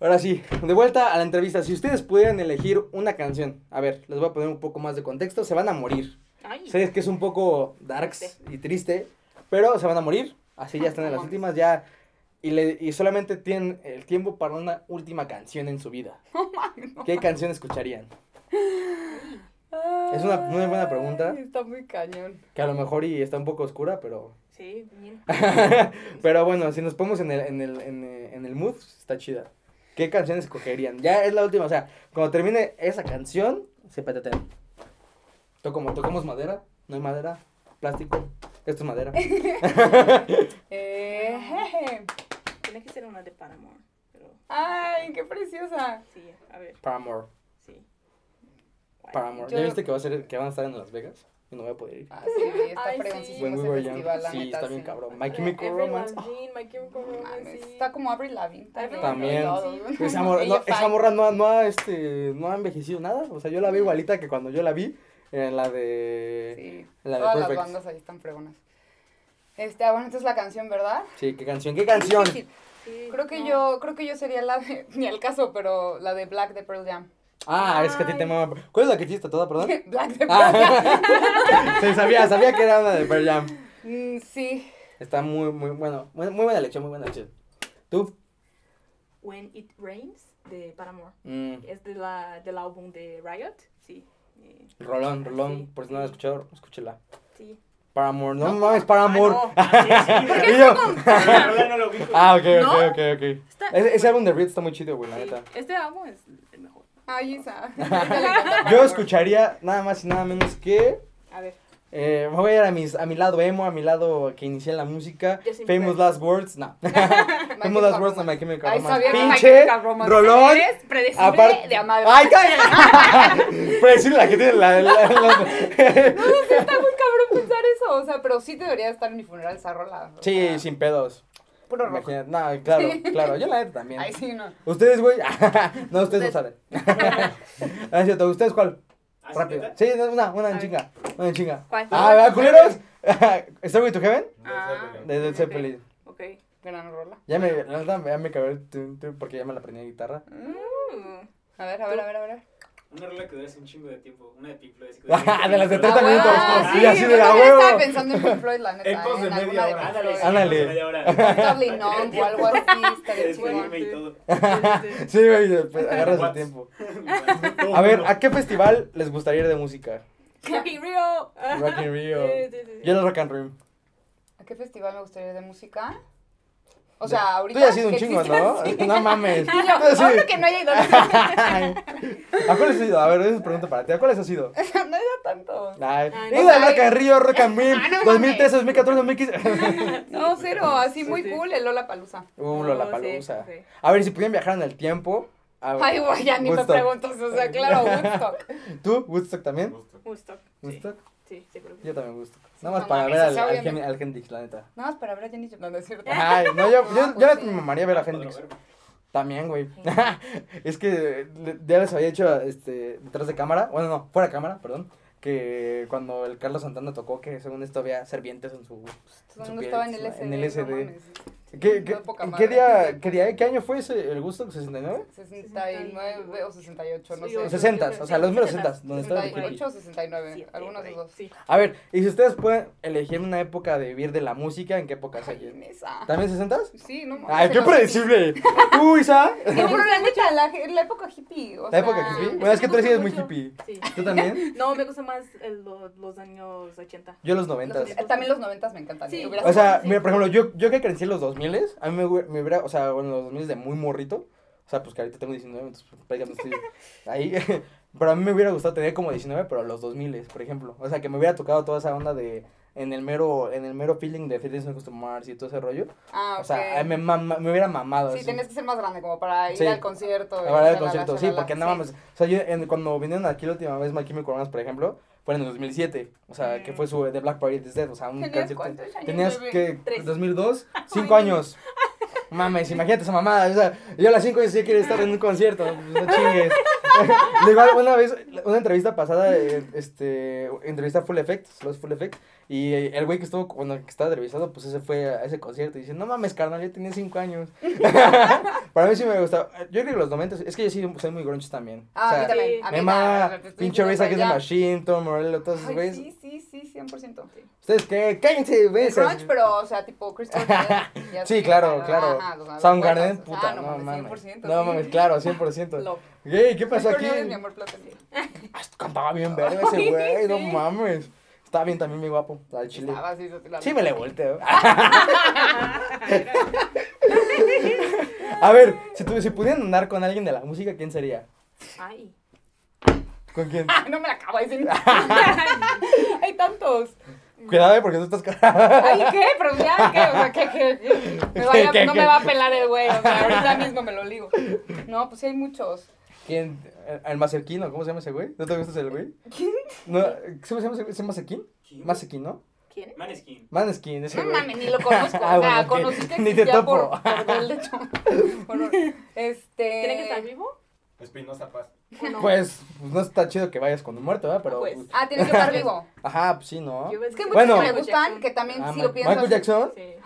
Speaker 1: Ahora sí, de vuelta a la entrevista. Si ustedes pudieran elegir una canción, a ver, les voy a poner un poco más de contexto. Se van a morir.
Speaker 4: Ay.
Speaker 1: Sé que es un poco darks y triste, pero se van a morir. Así ya están en las últimas, ya. Y, le, y solamente tienen el tiempo para una última canción en su vida. ¿Qué canción escucharían? Es una muy buena pregunta.
Speaker 3: Ay, Está muy cañón.
Speaker 1: Que a lo mejor y está un poco oscura, pero.
Speaker 4: Sí, bien.
Speaker 1: pero bueno, si nos ponemos en el, en el, en el, en el mood, está chida. ¿Qué canciones escogerían? Ya es la última, o sea, cuando termine esa canción, se petatea. To- como tocamos madera, no hay madera, plástico, esto es madera.
Speaker 3: Eh, jeje.
Speaker 4: Tiene que ser una de Paramore. Pero
Speaker 3: Ay, qué preciosa.
Speaker 4: sí, a ver.
Speaker 1: Paramore,
Speaker 4: Sí.
Speaker 1: Paramore. ¿Ya
Speaker 3: Yo-
Speaker 1: viste que, va a ser, que van a estar en Las Vegas? Y no voy a poder ir.
Speaker 3: Ah, sí, está
Speaker 4: Ay, sí.
Speaker 1: When
Speaker 3: fregoncísimo
Speaker 1: we
Speaker 3: ese
Speaker 1: were young.
Speaker 3: festival, la
Speaker 1: Sí,
Speaker 3: neta,
Speaker 1: está bien
Speaker 3: sí.
Speaker 1: cabrón.
Speaker 4: My
Speaker 1: My Chemical Romance. oh,
Speaker 4: My Chemical Romance.
Speaker 3: Mames,
Speaker 4: sí.
Speaker 3: Está como Avril Lavigne también.
Speaker 1: También.
Speaker 3: Todo.
Speaker 1: esa, morra- no,
Speaker 3: Ella
Speaker 1: esa
Speaker 3: fine.
Speaker 1: morra no, ha- no ha, este, no ha envejecido nada. O sea, yo la vi igualita que cuando yo la vi en la de...
Speaker 3: Sí,
Speaker 1: La de
Speaker 3: todas las
Speaker 1: Perfect.
Speaker 3: bandas ahí están fregonas. Este, ah, bueno, esta es la canción, ¿verdad?
Speaker 1: Sí, qué canción, qué canción.
Speaker 3: Difícil.
Speaker 4: Sí,
Speaker 3: Creo que
Speaker 4: no.
Speaker 3: yo, creo que yo sería la de, ni al caso, pero la de Black de Pearl Jam.
Speaker 1: Ah, es que a ti te mama. ¿Cuál es la que tienes tatuada, perdón?
Speaker 3: Black de Pearl Jam.
Speaker 1: Ah, sí, sabía, sabía que era una de Pearl Jam.
Speaker 3: Mm, sí.
Speaker 1: Está muy, muy bueno. Muy, muy buena lección, muy buena lección. ¿Tú?
Speaker 4: When It Rains de Paramore.
Speaker 1: Mm,
Speaker 4: Es de la, del álbum de Riot. Sí. Eh,
Speaker 1: rolón, rolón.
Speaker 4: Sí.
Speaker 1: Por si no la has escuchado, escúchela.
Speaker 4: Sí.
Speaker 1: Paramore, no, mames, Paramore.
Speaker 4: Ah, no.
Speaker 1: Y yo,
Speaker 5: Ahora no lo ubico.
Speaker 1: Ah, ok, ok,
Speaker 4: No.
Speaker 1: ok, ok.
Speaker 4: Está-
Speaker 1: Ese, ese álbum de Reed está muy chido, güey, la
Speaker 4: Sí,
Speaker 1: neta.
Speaker 4: Este álbum es el mejor.
Speaker 3: Ay, esa. Ella le encanta
Speaker 1: Yo
Speaker 3: Paramore.
Speaker 1: escucharía nada más y nada menos que.
Speaker 4: A ver.
Speaker 1: Eh, me voy a ir a, mis, a mi lado emo, a mi lado que inicié en la música.
Speaker 4: Justin
Speaker 1: Famous
Speaker 4: Bieber.
Speaker 1: Last Words, no.
Speaker 3: My
Speaker 1: Famous Last
Speaker 3: Chemical
Speaker 1: Words, no, My
Speaker 3: Romance.
Speaker 1: Chemical
Speaker 3: Ay,
Speaker 1: Romance.
Speaker 3: sabía que My
Speaker 1: Pinche
Speaker 3: Chemical Romance.
Speaker 1: rolón. Ah.
Speaker 3: Eres predecible
Speaker 1: Aparte-
Speaker 3: de amar.
Speaker 1: ¡Ay, cállate! Para decirle la que tiene la. la- la-
Speaker 3: No, no, sí, está muy cabrón pensar eso. O sea, pero sí debería estar en mi funeral esa rola. o
Speaker 1: Sí,
Speaker 3: sea,
Speaker 1: sin pedos.
Speaker 3: Puro rojo.
Speaker 1: Imagina- No, claro, claro. Yo la neta también.
Speaker 3: Ay, sí, no.
Speaker 1: Ustedes, güey. no, ustedes no saben. Ah, es cierto. ¿Ustedes cuál?
Speaker 5: ¿Ah, sí,
Speaker 1: Rápido.
Speaker 5: neta?
Speaker 1: Sí, no, una, una en
Speaker 4: ver.
Speaker 1: chinga. Una en chinga.
Speaker 4: ¿Cuál?
Speaker 1: Ah, ¿verdad, culeros? ¿Está with to Heaven?
Speaker 4: Ah.
Speaker 5: No sé,
Speaker 1: De Led
Speaker 4: Ok.
Speaker 1: Zeppelin.
Speaker 4: Ok.
Speaker 3: Gran rola.
Speaker 1: Ya me, la neta, ya me acabé el tun, tun, porque ya me la aprendí en guitarra.
Speaker 4: Mm.
Speaker 3: A ver, a ver, a ver, a ver.
Speaker 5: Una rola que dura un chingo de tiempo. Una de Pink Floyd. así que
Speaker 1: Ah, de las de
Speaker 5: Pink Floyd.
Speaker 1: 30 minutos.
Speaker 3: Ah,
Speaker 1: y así
Speaker 3: yo
Speaker 1: de a
Speaker 3: también
Speaker 1: huevo.
Speaker 3: estaba pensando en Pink Floyd, la neta. ¿eh?
Speaker 6: Ecos de
Speaker 3: en alguna
Speaker 6: media
Speaker 3: de
Speaker 6: hora.
Speaker 3: Pink
Speaker 1: Ándale.
Speaker 3: Floyd.
Speaker 5: Ándale, sí, pues, media hora.
Speaker 3: Totally Numb o algo así, estaría chingón.
Speaker 5: Despedirme y todo.
Speaker 1: Sí, güey, pues, agarras el
Speaker 6: What's-
Speaker 1: tiempo.
Speaker 6: Todo
Speaker 1: A ver,
Speaker 6: mundo.
Speaker 1: ¿a qué festival les gustaría ir de música?
Speaker 4: Rock in Rio.
Speaker 1: Rock in Rio.
Speaker 4: Sí, sí, sí.
Speaker 1: Yo en el Rock and Rio.
Speaker 3: ¿A qué festival me gustaría ir de música? O
Speaker 1: De-
Speaker 3: sea,
Speaker 1: Tú
Speaker 3: ahorita.
Speaker 1: ya has ido un
Speaker 3: que
Speaker 1: chingo, ¿no?
Speaker 3: existe-
Speaker 1: No mames.
Speaker 3: Y yo,
Speaker 1: Tú sí.
Speaker 3: otro que no haya ido.
Speaker 1: Ay. ¿A cuáles has ido? A ver, esa es pregunta para ti. ¿A cuáles has ido?
Speaker 3: No he ido tanto.
Speaker 1: Ay,
Speaker 4: Ay,
Speaker 1: he ido
Speaker 3: no
Speaker 1: al
Speaker 3: sé.
Speaker 1: Rock and Rio, Rock and Mil,
Speaker 3: Ah, no mames.
Speaker 1: 2013, 2014, 2015.
Speaker 3: No, cero, así muy
Speaker 4: sí.
Speaker 3: cool el Lola Palusa.
Speaker 1: Uh,
Speaker 4: No,
Speaker 1: la palusa.
Speaker 4: sí, sí.
Speaker 1: A ver, si pudieran viajar en el tiempo. a-
Speaker 3: Ay, güey, ya ni me
Speaker 1: Ah, Woodstock.
Speaker 3: preguntas, o sea, claro, Woodstock.
Speaker 1: ¿Tú? ¿Woodstock también?
Speaker 6: Justo.
Speaker 4: Woodstock. Sí,
Speaker 1: ¿Woodstock?
Speaker 4: sí, seguro.
Speaker 1: Yo también Woodstock. Nada más
Speaker 3: no
Speaker 1: para
Speaker 3: mames,
Speaker 1: ver
Speaker 3: o
Speaker 1: al,
Speaker 3: sea,
Speaker 1: al,
Speaker 3: obviamente.
Speaker 1: Gen- al Hendrix, la neta.
Speaker 3: Nada más para ver a Jenny Joplin, no es cierto.
Speaker 1: Ay, no, yo,
Speaker 3: No,
Speaker 1: yo, yo
Speaker 3: pues
Speaker 1: me
Speaker 3: sí.
Speaker 1: mamaría ver a Hendrix. También, güey. es que le- ya les había hecho este, detrás de cámara, bueno, no, fuera de cámara, perdón, que cuando el Carlos Santana tocó, que según esto había serpientes en su...
Speaker 3: Todo el
Speaker 1: su
Speaker 3: mundo
Speaker 1: piel,
Speaker 3: estaba en
Speaker 1: su-
Speaker 3: el SD.
Speaker 1: en el SD.
Speaker 3: no mames.
Speaker 1: ¿Qué,
Speaker 3: No,
Speaker 1: qué,
Speaker 3: poca
Speaker 1: ¿qué,
Speaker 3: madre.
Speaker 1: día, qué día, qué año fue ese, el gusto? ¿69?
Speaker 3: 69 o 68, no
Speaker 4: Sí, yo-
Speaker 3: sé.
Speaker 4: yo-
Speaker 1: 60,
Speaker 4: yo-
Speaker 1: o sea, los números
Speaker 4: 60,
Speaker 1: 60, donde está el
Speaker 3: 68 o 69,
Speaker 4: Sí,
Speaker 3: algunos
Speaker 4: por
Speaker 3: de
Speaker 4: ahí.
Speaker 3: los dos.
Speaker 4: Sí.
Speaker 1: A ver, y si ustedes pueden elegir una época de vivir de la música, ¿en qué época se
Speaker 3: Ay, en
Speaker 1: hallan?
Speaker 3: esa.
Speaker 1: ¿También 60?
Speaker 3: Sí, no mames.
Speaker 1: ¡Ay, qué predecible! ¡Uy, Isa!
Speaker 3: No, pero la neta, la, la época hippie. O
Speaker 1: ¿La
Speaker 3: sea,
Speaker 1: época hippie? Bueno, es que tú sí eres muy hippie.
Speaker 4: Sí.
Speaker 1: ¿Tú también?
Speaker 4: No, me gustan más el- lo- los años 80.
Speaker 1: Yo los
Speaker 3: Los,
Speaker 1: 90.
Speaker 3: eh, también los 90 me encantan.
Speaker 4: Sí.
Speaker 3: eh, hubiera
Speaker 1: O sea,
Speaker 4: Sí.
Speaker 1: mira, por ejemplo, yo, yo que crecí en los 2000, a mí me, hubiera- me hubiera, o sea, bueno, los 2000 de muy morrito, o sea, pues que ahorita tengo 19, entonces pues, prácticamente estoy ahí, pero a mí me hubiera gustado tener como 19, pero los 2000, por ejemplo, o sea, que me hubiera tocado toda esa onda de, en el mero, en el mero feeling de Fitness No Custom Mars y todo ese rollo,
Speaker 3: Ah, ok.
Speaker 1: o sea, a mí me, mama- me hubiera mamado
Speaker 3: Sí,
Speaker 1: así.
Speaker 3: tenías que ser más grande como para ir
Speaker 1: Sí.
Speaker 3: al concierto.
Speaker 1: La
Speaker 3: y
Speaker 1: verdad, el
Speaker 3: shalala,
Speaker 1: concierto, sí,
Speaker 3: shalala.
Speaker 1: porque nada más. O sea, yo en- cuando vinieron aquí la última vez, Malquimio Coronas, por ejemplo, fue en el 2007. O sea, que fue su The Black Parade is Dead. O sea, un
Speaker 3: Mm. ¿Tenías
Speaker 1: concierto.
Speaker 3: cuántos años,
Speaker 1: Tenías
Speaker 3: bebé?
Speaker 1: que.
Speaker 4: Tres.
Speaker 1: 2002, 5 años. Mames, imagínate esa mamada. O sea, yo a las 5 años ya quiero estar en un concierto. pues, no chingues. De igual, una vez, una entrevista pasada, eh, este, entrevista Full Effect, los Full Effect, y eh, el güey que estuvo, bueno, que estaba entrevistado, pues ese fue a ese concierto y dice, no mames, carnal, yo tenía 5 años. Para mí sí me gustaba, yo creo que los 90, es que yo sí soy muy grunge también.
Speaker 3: Ah,
Speaker 1: o
Speaker 3: a mí
Speaker 1: sea,
Speaker 4: también.
Speaker 3: también. a mí
Speaker 1: me
Speaker 3: nada,
Speaker 1: mama,
Speaker 3: a ver,
Speaker 1: pinche
Speaker 3: estoy
Speaker 1: Reza, que es de
Speaker 3: ya.
Speaker 1: Machine, Tom Morello, todos esos
Speaker 3: Ay,
Speaker 1: güeyes.
Speaker 3: sí, sí, sí, 100%.
Speaker 1: ¿Ustedes qué? Cállense,
Speaker 3: El
Speaker 1: besas.
Speaker 3: Crunch, pero, o sea, tipo Crystal Meth y así,
Speaker 1: Sí, claro,
Speaker 3: ajá,
Speaker 1: claro.
Speaker 3: ajá, o sea,
Speaker 1: Soundgarden,
Speaker 3: los cuerpos,
Speaker 1: puta,
Speaker 3: ah,
Speaker 1: no mames.
Speaker 3: 100%,
Speaker 1: No
Speaker 3: sí.
Speaker 1: mames, claro, 100%.
Speaker 3: Love.
Speaker 1: Güey, ¿qué pasó
Speaker 3: Victoria
Speaker 1: aquí?
Speaker 3: es mi amor platónico.
Speaker 1: Ah, esto cantaba bien verga ese güey, no mames. Estaba bien también mi guapo, al chile.
Speaker 3: Estaba así, se te la-
Speaker 1: Sí me le volteo. A ver, si, tu- si pudieran andar con alguien de la música, ¿quién sería?
Speaker 4: Ay.
Speaker 1: ¿Con quién?
Speaker 3: Ah, no me la acabo de decir. Hay tantos.
Speaker 1: Cuidado, eh, porque tú estás...
Speaker 3: Ay, ¿qué? Pero ya, ¿qué? O sea, ¿qué, qué, qué? Me vaya-
Speaker 1: ¿Qué,
Speaker 3: no
Speaker 1: qué?
Speaker 3: me va a pelar el güey. O sea, ahorita mismo me lo ligo. No, pues sí hay muchos.
Speaker 1: ¿Quién? El- ¿El Masequino? ¿Cómo se llama ese güey? ¿No te gusta ese güey?
Speaker 3: ¿Quién?
Speaker 1: No, ¿Cómo se llama ese güey? ¿Se llama Masequín?
Speaker 5: ¿Quién?
Speaker 1: Masequín, ¿no?
Speaker 4: ¿Quién?
Speaker 5: Maneskin.
Speaker 1: Maneskin, ese
Speaker 3: No
Speaker 1: güey.
Speaker 3: mames, ni lo conozco.
Speaker 1: Ah,
Speaker 3: o sea,
Speaker 1: bueno, ok.
Speaker 3: conocí que
Speaker 1: Ni te
Speaker 3: existía por,
Speaker 1: topo.
Speaker 3: por el hecho. Por- este...
Speaker 4: ¿Tiene que estar vivo?
Speaker 6: Espinosa Paz.
Speaker 4: ¿O no?
Speaker 1: Pues, pues, no está chido que vayas con un muerto, ¿verdad? Pero...
Speaker 4: Pues.
Speaker 1: pues,
Speaker 3: Ah, tiene que estar vivo.
Speaker 1: Ajá, pues sí, ¿no?
Speaker 4: Yo pensé
Speaker 3: Es que hay
Speaker 4: que-
Speaker 3: muchos
Speaker 1: Bueno.
Speaker 3: que me
Speaker 4: Michael
Speaker 3: gustan
Speaker 4: Jackson.
Speaker 3: que también
Speaker 1: Ah,
Speaker 3: sí
Speaker 1: Ma-
Speaker 3: lo pienso.
Speaker 1: Michael
Speaker 3: así.
Speaker 1: Jackson.
Speaker 4: Sí.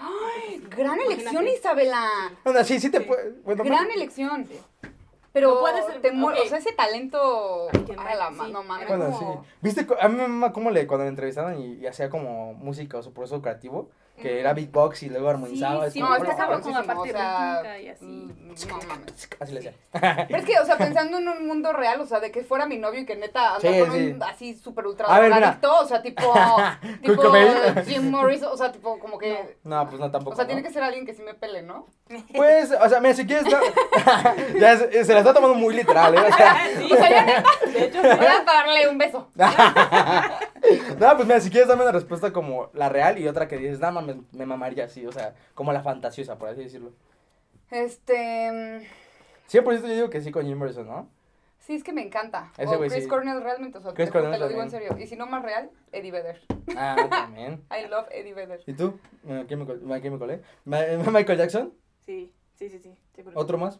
Speaker 3: Gran elección,
Speaker 4: Imagínate.
Speaker 3: Isabela.
Speaker 1: Bueno, sí, sí te
Speaker 4: Sí.
Speaker 1: puede... Bueno,
Speaker 3: Gran
Speaker 1: ma-
Speaker 3: elección. Pero
Speaker 4: No puede ser-
Speaker 3: te muer-
Speaker 4: ok.
Speaker 3: O sea, ese talento.
Speaker 4: Ay, qué
Speaker 3: a la
Speaker 4: mal,
Speaker 3: ma-
Speaker 4: sí.
Speaker 3: No mames.
Speaker 1: Bueno,
Speaker 4: como-
Speaker 1: sí. ¿Viste? co- A mí mi mamá, como le, cuando le entrevistaron y, y hacía como música o su proceso creativo, que era beatbox y luego armonizaba. es
Speaker 4: sí,
Speaker 1: como,
Speaker 3: no,
Speaker 4: pero
Speaker 3: está
Speaker 1: "Hola,
Speaker 3: cabrón
Speaker 1: hola".
Speaker 3: con la parte
Speaker 4: o sea,
Speaker 3: rítmica
Speaker 4: y
Speaker 3: Mm, No mames.
Speaker 1: Así le decía.
Speaker 3: Pero es que, o sea, pensando en un mundo real, o sea, de que fuera mi novio y que neta
Speaker 1: Sí,
Speaker 3: andaba con
Speaker 1: sí.
Speaker 3: un así súper ultra
Speaker 1: A ver, mira.
Speaker 3: drogadicto, o sea, tipo. tipo
Speaker 1: Cobain.
Speaker 3: Jim Morrison, o sea, tipo como que.
Speaker 1: No, pues no, tampoco.
Speaker 3: O sea,
Speaker 1: ¿no?
Speaker 3: tiene que ser alguien que sí me pele, ¿no?
Speaker 1: Pues, o sea, mira, si quieres. no- ya se, se la está tomando muy literal, ¿eh? O sea,
Speaker 3: O sea, ya neta,
Speaker 4: De hecho,
Speaker 3: voy a darle un beso.
Speaker 1: no, pues mira, si quieres, dame una respuesta como la real y otra que dices, nada, me, me mamaría así, o sea, como la fantasiosa, por así decirlo.
Speaker 3: Este.
Speaker 1: 100% yo digo que sí con Jim Morrison, ¿no?
Speaker 3: Sí, es que me encanta.
Speaker 1: Ese
Speaker 3: o
Speaker 1: güey,
Speaker 3: Chris
Speaker 1: sí.
Speaker 3: Cornell realmente, o sea,
Speaker 1: Chris
Speaker 3: te, juro,
Speaker 1: Cornell
Speaker 3: te lo digo en
Speaker 1: también.
Speaker 3: serio. Y si no más real, Eddie Vedder.
Speaker 1: Ah, también.
Speaker 3: I love Eddie Vedder.
Speaker 1: ¿Y tú? Bueno, ¿Quién me, col- ma- quién me colé? Ma- eh, Michael Jackson,
Speaker 4: Sí, sí, sí, sí. seguro.
Speaker 1: otro más.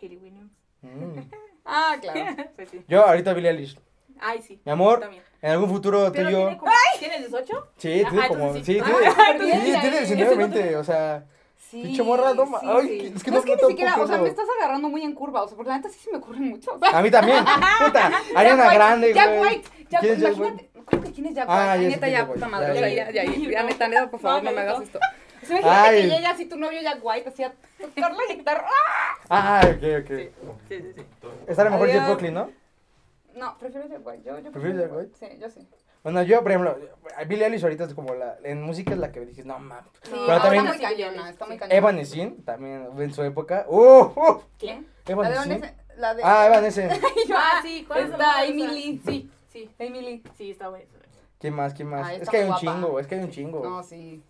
Speaker 4: Hayley Williams.
Speaker 1: Mm.
Speaker 3: Ah, claro.
Speaker 4: Pues sí.
Speaker 1: Yo ahorita Billie Eilish.
Speaker 4: Ay, sí.
Speaker 1: Mi amor,
Speaker 4: También.
Speaker 1: en algún futuro tú
Speaker 4: Pero
Speaker 1: y yo.
Speaker 4: tiene como- ¿Tiene 18?
Speaker 1: Sí, tiene
Speaker 4: Ajá,
Speaker 3: Ah,
Speaker 1: como.
Speaker 4: entonces
Speaker 1: Sí,
Speaker 4: sí.
Speaker 1: tiene,
Speaker 4: Ah,
Speaker 1: pues sí,
Speaker 3: entonces sí,
Speaker 1: tiene
Speaker 3: ahí.
Speaker 1: 19, 20, o sea.
Speaker 3: Sí.
Speaker 1: Pinche morra, no ma-
Speaker 3: sí,
Speaker 1: ay,
Speaker 3: sí.
Speaker 1: es que
Speaker 3: no,
Speaker 1: no-
Speaker 3: es
Speaker 1: no
Speaker 3: que ni
Speaker 1: tampoco
Speaker 3: siquiera, o sea,
Speaker 1: no.
Speaker 3: me estás agarrando muy en curva, o sea, porque la neta sí se me ocurren muchos.
Speaker 1: A mí también. Puta, Ariana
Speaker 3: Jack
Speaker 1: Grande,
Speaker 3: White, Jack
Speaker 1: güey.
Speaker 3: White, Jack
Speaker 1: ¿Quién
Speaker 3: White,
Speaker 1: es Jack White?
Speaker 3: imagínate, creo que quién es Jack White,
Speaker 1: Ah, ya
Speaker 3: la
Speaker 1: sé
Speaker 3: neta
Speaker 1: quién es
Speaker 3: ya,
Speaker 1: Jack
Speaker 3: puta
Speaker 1: White,
Speaker 3: madre,
Speaker 1: ya,
Speaker 3: ya,
Speaker 1: ya,
Speaker 3: ya, ya, ya, ya, neta, neta, por favor, no me hagas esto. O sea,
Speaker 1: Ay.
Speaker 3: imagínate que llega así tu novio Jack White, así a tocar la guitarra,
Speaker 1: Ah, ok, ok.
Speaker 4: Sí, sí, sí.
Speaker 1: Estará mejor Jeff
Speaker 3: Adiós.
Speaker 1: Buckley, ¿no?
Speaker 3: No, prefiero Jack White. Yo, yo
Speaker 1: ¿Prefieres
Speaker 3: prefiero
Speaker 1: Jack
Speaker 3: Jack White. Sí, yo sí.
Speaker 1: Bueno, yo, por ejemplo, Billie Eilish ahorita es como la. En música es la que dices, no mames.
Speaker 3: Sí,
Speaker 1: Pero
Speaker 3: no,
Speaker 1: también-
Speaker 3: está muy cañona, está muy cañona.
Speaker 1: Evanescent, también en su época. ¡Uh! uh
Speaker 4: ¿Quién?
Speaker 3: La de
Speaker 1: Evanescent.
Speaker 3: Vanessa- la de
Speaker 1: Ah, Evanescent.
Speaker 4: Ah, sí, ¿cuál es la
Speaker 3: Está
Speaker 4: más
Speaker 3: Amy
Speaker 4: famosa?
Speaker 3: Lee.
Speaker 4: Sí, sí,
Speaker 3: Emily.
Speaker 4: sí, está bueno.
Speaker 1: ¿Quién más? ¿Quién más?
Speaker 3: Ah,
Speaker 1: es
Speaker 3: está
Speaker 1: que hay un
Speaker 3: muy guapa.
Speaker 1: chingo, es que hay un chingo.
Speaker 3: No, sí.